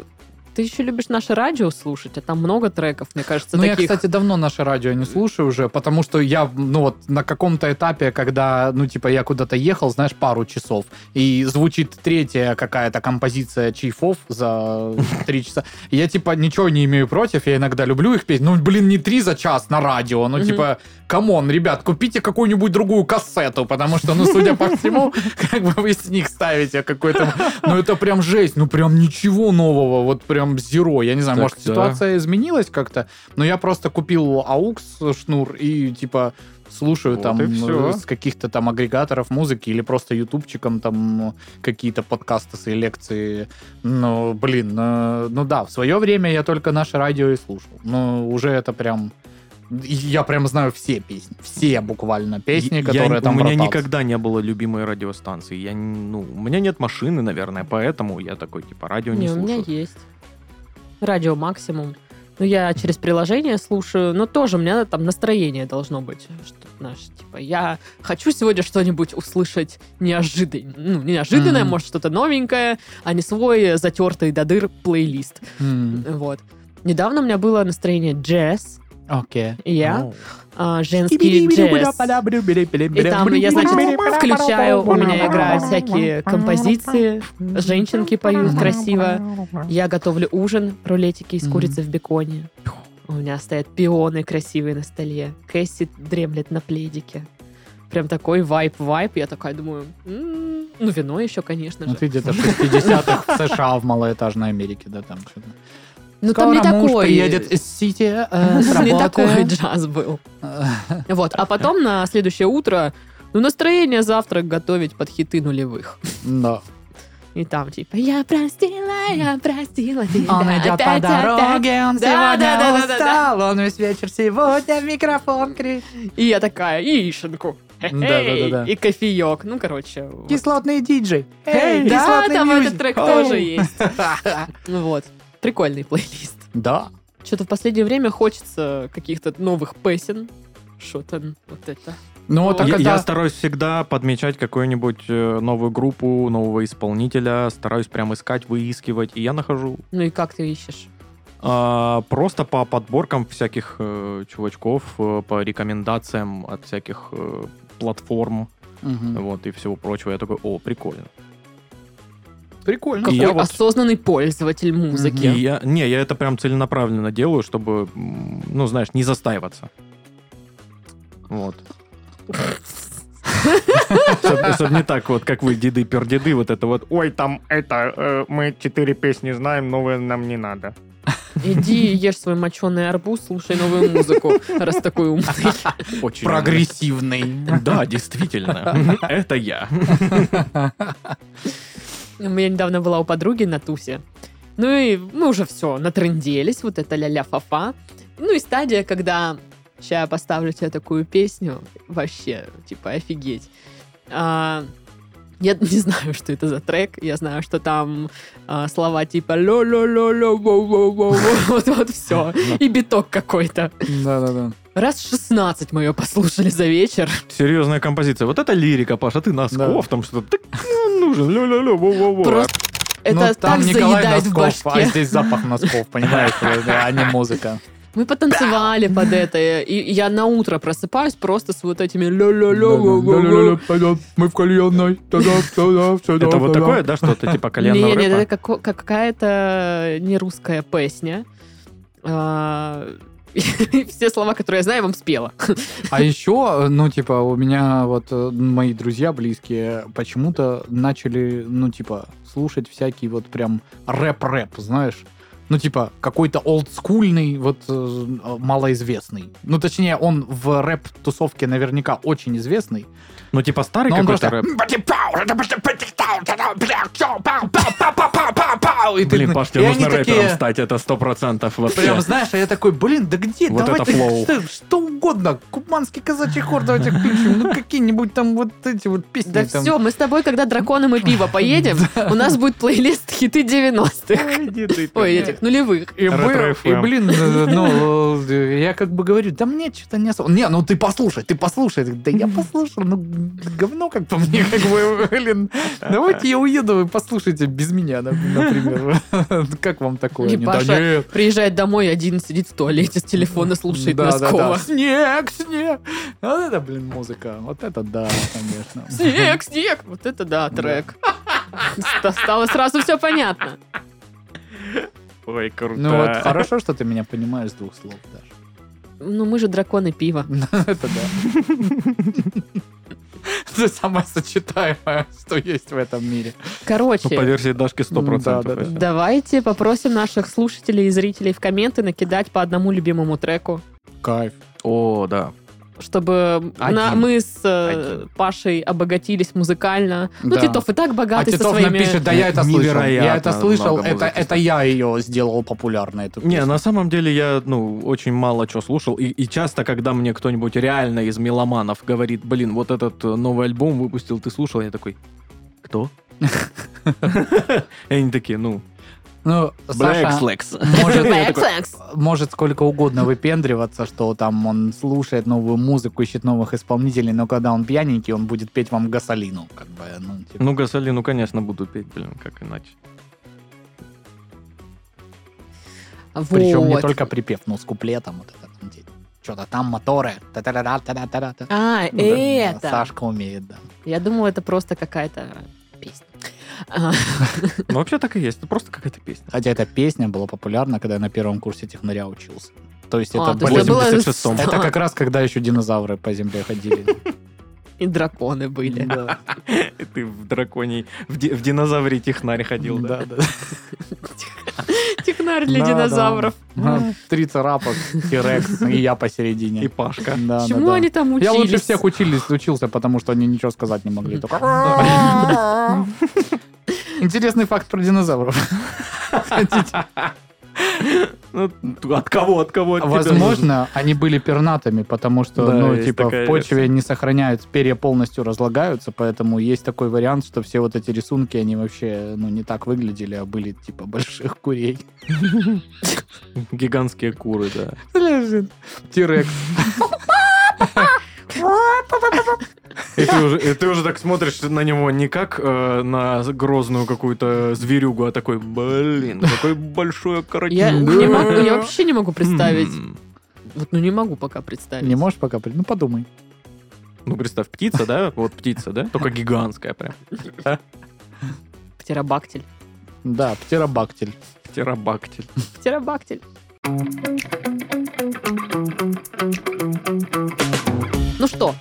[SPEAKER 1] ты еще любишь наше радио слушать, а там много треков, мне кажется,
[SPEAKER 3] Ну,
[SPEAKER 1] таких.
[SPEAKER 3] я, кстати, давно наше радио не слушаю уже, потому что я, ну, вот на каком-то этапе, когда, ну, типа, я куда-то ехал, знаешь, пару часов, и звучит третья какая-то композиция чайфов за три часа. И Я, типа, ничего не имею против, я иногда люблю их петь. Ну, блин, не три за час на радио, ну,
[SPEAKER 1] Мгм.
[SPEAKER 3] типа, камон, ребят, купите какую-нибудь другую кассету, потому что, ну, судя по всему, как бы вы с них ставите какой-то... Ну, это прям жесть, ну, прям ничего нового, вот прям зеро. Я не знаю,
[SPEAKER 2] Так
[SPEAKER 3] может,
[SPEAKER 2] да.
[SPEAKER 3] ситуация изменилась как-то, но я просто купил AUX шнур и, типа, слушаю
[SPEAKER 2] Вот
[SPEAKER 3] там
[SPEAKER 2] и всё.
[SPEAKER 3] э, с каких-то там агрегаторов музыки или просто ютубчиком там э, какие-то подкасты и лекции. Ну, блин, э, ну да, в свое время я только наше радио и слушал. Но уже это прям... Я прям знаю все песни. Все буквально песни,
[SPEAKER 2] Я- я-
[SPEAKER 3] которые там
[SPEAKER 2] У меня
[SPEAKER 3] в ротации.
[SPEAKER 2] никогда не было любимой радиостанции. Я, н- ну, у меня нет машины, наверное, поэтому я такой, типа, радио не,
[SPEAKER 1] Не, у
[SPEAKER 2] слушаю.
[SPEAKER 1] меня есть. Радио максимум. Ну, я через приложение слушаю, но тоже у меня там настроение должно быть. Что, знаешь, типа, я хочу сегодня что-нибудь услышать неожиданное. Ну, неожиданное,
[SPEAKER 3] Мгм.
[SPEAKER 1] может, что-то новенькое, а не свой затертый до дыр плейлист.
[SPEAKER 3] М,
[SPEAKER 1] Вот. Недавно у меня было настроение джаз,
[SPEAKER 3] Окей.
[SPEAKER 1] и я
[SPEAKER 2] Ну.
[SPEAKER 1] а, женский джаз. И там я, значит, включаю, у меня играют всякие композиции, женщинки поют красиво. Я готовлю ужин, рулетики из
[SPEAKER 3] Мгм.
[SPEAKER 1] курицы в беконе. У меня стоят пионы красивые на столе. Кэсси дремлет на пледике. Прям такой вайп-вайп. Я такая думаю, «М, ну, вино еще, конечно
[SPEAKER 3] Ну,
[SPEAKER 1] же.
[SPEAKER 3] ты
[SPEAKER 2] (laughs)
[SPEAKER 3] где-то в 60-х в США, в малоэтажной Америке, да, там что-то.
[SPEAKER 1] Ну, там не
[SPEAKER 3] Скоро муж
[SPEAKER 1] такой...
[SPEAKER 3] приедет из Сити, э, с
[SPEAKER 1] (laughs) Не
[SPEAKER 3] работы.
[SPEAKER 1] такой джаз
[SPEAKER 3] (laughs)
[SPEAKER 1] был. Вот. А потом на следующее утро, ну, настроение завтрак готовить под хиты нулевых.
[SPEAKER 3] Да.
[SPEAKER 1] И там типа, я простила, я простила тебя.
[SPEAKER 3] А Он идет по
[SPEAKER 1] опять, опять».
[SPEAKER 3] дороге, он
[SPEAKER 1] Да,
[SPEAKER 3] сегодня
[SPEAKER 1] да, да, да, да,
[SPEAKER 3] устал, он весь вечер сегодня в микрофон кричит.
[SPEAKER 1] И я такая, и ишенку.
[SPEAKER 3] Да-да-да-да.
[SPEAKER 1] Хе-хей, И кофеек. Ну, короче. вот.
[SPEAKER 3] Кислотный диджей.
[SPEAKER 1] Эй,
[SPEAKER 3] Эй,
[SPEAKER 1] да,
[SPEAKER 3] кислотный
[SPEAKER 1] там
[SPEAKER 3] мьюзик.
[SPEAKER 1] этот трек
[SPEAKER 3] Эй.
[SPEAKER 1] тоже есть. Ну Вот. Прикольный плейлист.
[SPEAKER 3] Да.
[SPEAKER 1] Что-то в последнее время хочется каких-то новых песен. Что-то вот это.
[SPEAKER 3] Ну, вот так
[SPEAKER 2] я,
[SPEAKER 3] это...
[SPEAKER 2] я стараюсь всегда подмечать какую-нибудь э, новую группу, нового исполнителя, стараюсь прям искать, выискивать, и я нахожу
[SPEAKER 1] Ну и как ты ищешь?
[SPEAKER 2] А, просто по подборкам всяких э, чувачков, э, по рекомендациям от всяких э, платформ,
[SPEAKER 3] Мгм.
[SPEAKER 2] вот, и всего прочего. Я такой, о, прикольно.
[SPEAKER 3] Прикольно.
[SPEAKER 2] И
[SPEAKER 1] Какой
[SPEAKER 2] я вот-
[SPEAKER 1] осознанный пользователь музыки.
[SPEAKER 2] И я, не, я это прям целенаправленно делаю, чтобы, м, ну, знаешь, не застаиваться. Вот. Чтобы не так вот, как вы, деды, пердеды, вот это вот.
[SPEAKER 5] Ой, там это, э, мы четыре песни знаем, новые нам не надо.
[SPEAKER 1] Иди и ешь свой моченый арбуз, слушай новую музыку, раз такой умный.
[SPEAKER 2] Очень
[SPEAKER 3] Прогрессивный.
[SPEAKER 2] Да, действительно. Это я.
[SPEAKER 1] У меня недавно была у подруги на тусе. Ну и мы уже все, натрынделись, вот это ля-ля фа-фа. Ну и стадия, когда сейчас я поставлю тебе такую песню, вообще, типа, офигеть. А, я (laughs) не знаю, что это за трек, я знаю, что там а, слова типа ло ло ло ло во во во (laughs) вот вот все,
[SPEAKER 3] Ну.
[SPEAKER 1] и биток какой-то.
[SPEAKER 3] Да-да-да.
[SPEAKER 1] Раз 16 мы ее послушали за вечер.
[SPEAKER 2] Серьезная композиция. Вот это лирика, Паша, ты носков там что-то. Так ну, нужен. Лю-лю-лю, во-во-во.
[SPEAKER 1] Просто это
[SPEAKER 3] Ну, там
[SPEAKER 1] так
[SPEAKER 3] Николай
[SPEAKER 1] заедает в
[SPEAKER 3] Носков,
[SPEAKER 1] башке.
[SPEAKER 3] А здесь запах носков, понимаешь, а не музыка.
[SPEAKER 1] Мы потанцевали под это, и я на утро просыпаюсь просто с вот этими лё-лё-лё.
[SPEAKER 3] Мы в кальянной.
[SPEAKER 2] Это
[SPEAKER 3] Это
[SPEAKER 2] вот такое, да, что-то типа коленного
[SPEAKER 1] Нет, нет,
[SPEAKER 2] рэпа?
[SPEAKER 1] это како- как- какая-то нерусская песня. А, (laughs) и Все слова, которые я знаю, я вам спела.
[SPEAKER 3] А еще, ну, типа, у меня вот э, мои друзья близкие почему-то начали, ну, типа, слушать всякий вот прям рэп-рэп, знаешь? Ну, типа, какой-то олдскульный, вот э, малоизвестный. Ну, точнее, он в рэп-тусовке наверняка очень известный.
[SPEAKER 2] Ну, типа старый
[SPEAKER 3] Но он
[SPEAKER 2] какой-то
[SPEAKER 3] просто...
[SPEAKER 2] рэп.
[SPEAKER 3] И ты-
[SPEAKER 2] Блин, Паш, тебе
[SPEAKER 3] и
[SPEAKER 2] нужно
[SPEAKER 3] они
[SPEAKER 2] рэпером
[SPEAKER 3] такие-
[SPEAKER 2] стать, это сто процентов вообще.
[SPEAKER 3] (laughs) Прям, знаешь, а я такой, блин, да где?
[SPEAKER 2] Вот
[SPEAKER 3] давайте
[SPEAKER 2] это флоу.
[SPEAKER 3] Что, что угодно. Кубанский казачий хор давайте включим. Ну, какие-нибудь там вот эти вот песни.
[SPEAKER 1] Да
[SPEAKER 3] там.
[SPEAKER 1] все, мы с тобой, когда драконом и
[SPEAKER 3] (laughs)
[SPEAKER 1] пиво поедем, у нас будет плейлист хиты 90-х. Ой, этих нулевых.
[SPEAKER 3] И,
[SPEAKER 2] Ретро
[SPEAKER 3] бы-
[SPEAKER 2] FM.
[SPEAKER 3] и, блин, э, ну, э, я как бы говорю, да мне что-то не особо. Не, ну ты послушай, ты послушай. Да я послушал, ну говно как по мне, как бы, блин. Давайте я уеду, вы послушайте без меня, нап- например. (laughs) Как вам такое?
[SPEAKER 1] И
[SPEAKER 3] Они, «Да
[SPEAKER 1] Паша
[SPEAKER 3] нет».
[SPEAKER 1] Приезжает домой, один сидит в туалете с телефона, слушает
[SPEAKER 3] Да, да, да.
[SPEAKER 1] Носкова.
[SPEAKER 3] Снег, снег. Вот это, блин, музыка. Вот это да, конечно.
[SPEAKER 1] Снег, снег! Вот это да, трек. Ста- Стало сразу все понятно.
[SPEAKER 5] Ой, круто.
[SPEAKER 3] Ну вот, хорошо, что ты меня понимаешь с двух слов даже. (laughs)
[SPEAKER 1] Ну, мы же драконы пива.
[SPEAKER 3] Это да. (laughs) Это самое сочетаемое, что есть в этом мире.
[SPEAKER 2] Ну, по
[SPEAKER 1] Короче,
[SPEAKER 2] версии Дашки сто процентов.
[SPEAKER 3] Да-да-да.
[SPEAKER 2] это.
[SPEAKER 1] давайте попросим наших слушателей и зрителей в комменты накидать по одному любимому треку,
[SPEAKER 3] Кайф.
[SPEAKER 2] О, да.
[SPEAKER 1] чтобы
[SPEAKER 3] Один.
[SPEAKER 1] на- мы с э,
[SPEAKER 2] Один.
[SPEAKER 1] Пашей обогатились музыкально. Ну,
[SPEAKER 3] Да.
[SPEAKER 1] Титов и так
[SPEAKER 3] А
[SPEAKER 1] богатый со
[SPEAKER 3] Титов
[SPEAKER 1] своими...
[SPEAKER 3] напишет, да я это слышал.
[SPEAKER 2] Невероятно
[SPEAKER 3] Я это слышал,
[SPEAKER 2] много
[SPEAKER 3] это,
[SPEAKER 2] музыки
[SPEAKER 3] это я ее сделал популярной. эту
[SPEAKER 2] Не,
[SPEAKER 3] песню.
[SPEAKER 2] на самом деле я, ну, очень мало чего слушал. И, и часто, когда мне кто-нибудь реально из меломанов говорит, блин, вот этот э, новый альбом выпустил, ты слушал? Я такой, кто? (laughs) И они такие, ну,
[SPEAKER 3] Ну,
[SPEAKER 2] Black
[SPEAKER 3] Саша
[SPEAKER 2] Slacks».
[SPEAKER 3] может,
[SPEAKER 1] Black
[SPEAKER 3] такой,
[SPEAKER 1] Flags.
[SPEAKER 3] может сколько угодно выпендриваться, что там он слушает новую музыку, ищет новых исполнителей, но когда он пьяненький, он будет петь вам гасолину. Как бы, ну, типа.
[SPEAKER 2] (laughs) Ну, Гасали, ну, конечно, буду петь, блин, как иначе.
[SPEAKER 3] Причем не
[SPEAKER 1] Вот.
[SPEAKER 3] только припев, но с куплетом. Вот это, там, где- что-то там моторы. Та-та-ра-ра, та-та-та-ра.
[SPEAKER 1] А,
[SPEAKER 3] Ну да,
[SPEAKER 1] это.
[SPEAKER 3] да, Сашка умеет, да.
[SPEAKER 1] Я думала, это просто какая-то песня. А,
[SPEAKER 2] Ну, вообще так и есть. Это просто какая-то песня.
[SPEAKER 3] Хотя эта песня была популярна, когда я на первом курсе технаря учился. то есть
[SPEAKER 1] А, то
[SPEAKER 3] это,
[SPEAKER 1] есть
[SPEAKER 3] были-
[SPEAKER 1] это было
[SPEAKER 2] 86-м.
[SPEAKER 1] с-
[SPEAKER 3] (laughs) это как раз когда еще динозавры по земле ходили.
[SPEAKER 1] И драконы (laughs) были.
[SPEAKER 3] Да,
[SPEAKER 2] Ты в драконий, в, ди- в динозавре технарь ходил, да?
[SPEAKER 3] да, да.
[SPEAKER 1] Технарь для
[SPEAKER 3] Да, да.
[SPEAKER 1] динозавров.
[SPEAKER 3] Ага, Трицерапос, Тирекс и я посередине.
[SPEAKER 2] И Пашка.
[SPEAKER 3] Да, да,
[SPEAKER 1] Чему
[SPEAKER 3] да.
[SPEAKER 1] они там учились?
[SPEAKER 3] Я лучше всех учились, учился, потому что они ничего сказать не могли. только (laughs) Интересный факт про динозавров. Хотите?
[SPEAKER 2] Ну, т- от кого, от кого? от тебя нужно?
[SPEAKER 3] Возможно, они были пернатыми, потому что,
[SPEAKER 2] типа Да,
[SPEAKER 3] ну,
[SPEAKER 2] есть
[SPEAKER 3] типа,
[SPEAKER 2] такая
[SPEAKER 3] в почве не сохраняются, перья полностью разлагаются, поэтому есть такой вариант, что все вот эти рисунки, они вообще, ну, не так выглядели, а были, типа, (laughs) больших курей.
[SPEAKER 2] Гигантские куры, да.
[SPEAKER 3] Тирекс.
[SPEAKER 2] И ты, уже, и ты уже так смотришь на него не как э, на грозную какую-то зверюгу, а такой, блин, какой большой
[SPEAKER 1] Я,
[SPEAKER 2] каротин.
[SPEAKER 1] не могу,
[SPEAKER 3] (laughs)
[SPEAKER 1] я вообще не могу представить.
[SPEAKER 2] М.
[SPEAKER 1] Вот, ну не могу пока представить.
[SPEAKER 3] Не можешь пока? при- Ну, подумай.
[SPEAKER 2] Ну, представь, птица, да? Вот птица, да? Только гигантская прям.
[SPEAKER 1] Птеробактиль.
[SPEAKER 3] Да, птеробактиль.
[SPEAKER 2] Терабактиль.
[SPEAKER 1] Птеробактиль. Ну что?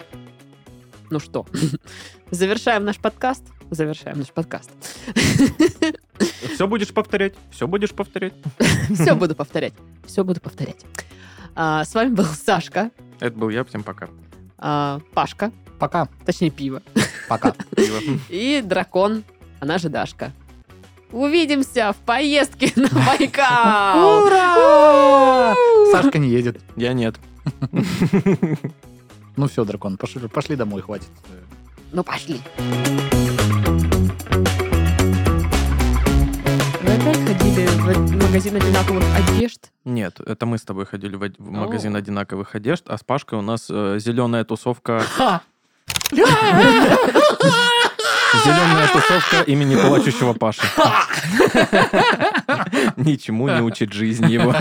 [SPEAKER 1] Ну что? (laughs) Завершаем наш подкаст. Завершаем наш подкаст. (laughs)
[SPEAKER 2] Все будешь повторять, все будешь повторять.
[SPEAKER 1] Все буду повторять. Все буду повторять. А, С вами был Сашка,
[SPEAKER 2] Это был я, всем пока.
[SPEAKER 1] а, Пашка,
[SPEAKER 3] Пока.
[SPEAKER 1] точнее пиво,
[SPEAKER 3] Пока.
[SPEAKER 2] Пиво.
[SPEAKER 1] (laughs) и дракон, она же Дашка. Увидимся в поездке (laughs) на Байкал!
[SPEAKER 3] Ура! Сашка не едет.
[SPEAKER 2] Я нет.
[SPEAKER 3] Ну все, дракон, пошли, пошли домой, хватит.
[SPEAKER 1] Ну пошли. Вы опять ходили в магазин одинаковых одежд?
[SPEAKER 2] Нет, это мы с тобой ходили в, од- в магазин одинаковых одежд, а с Пашкой у нас зеленая тусовка. Зеленая тусовка имени плачущего Паши. Ничему не учит жизнь его.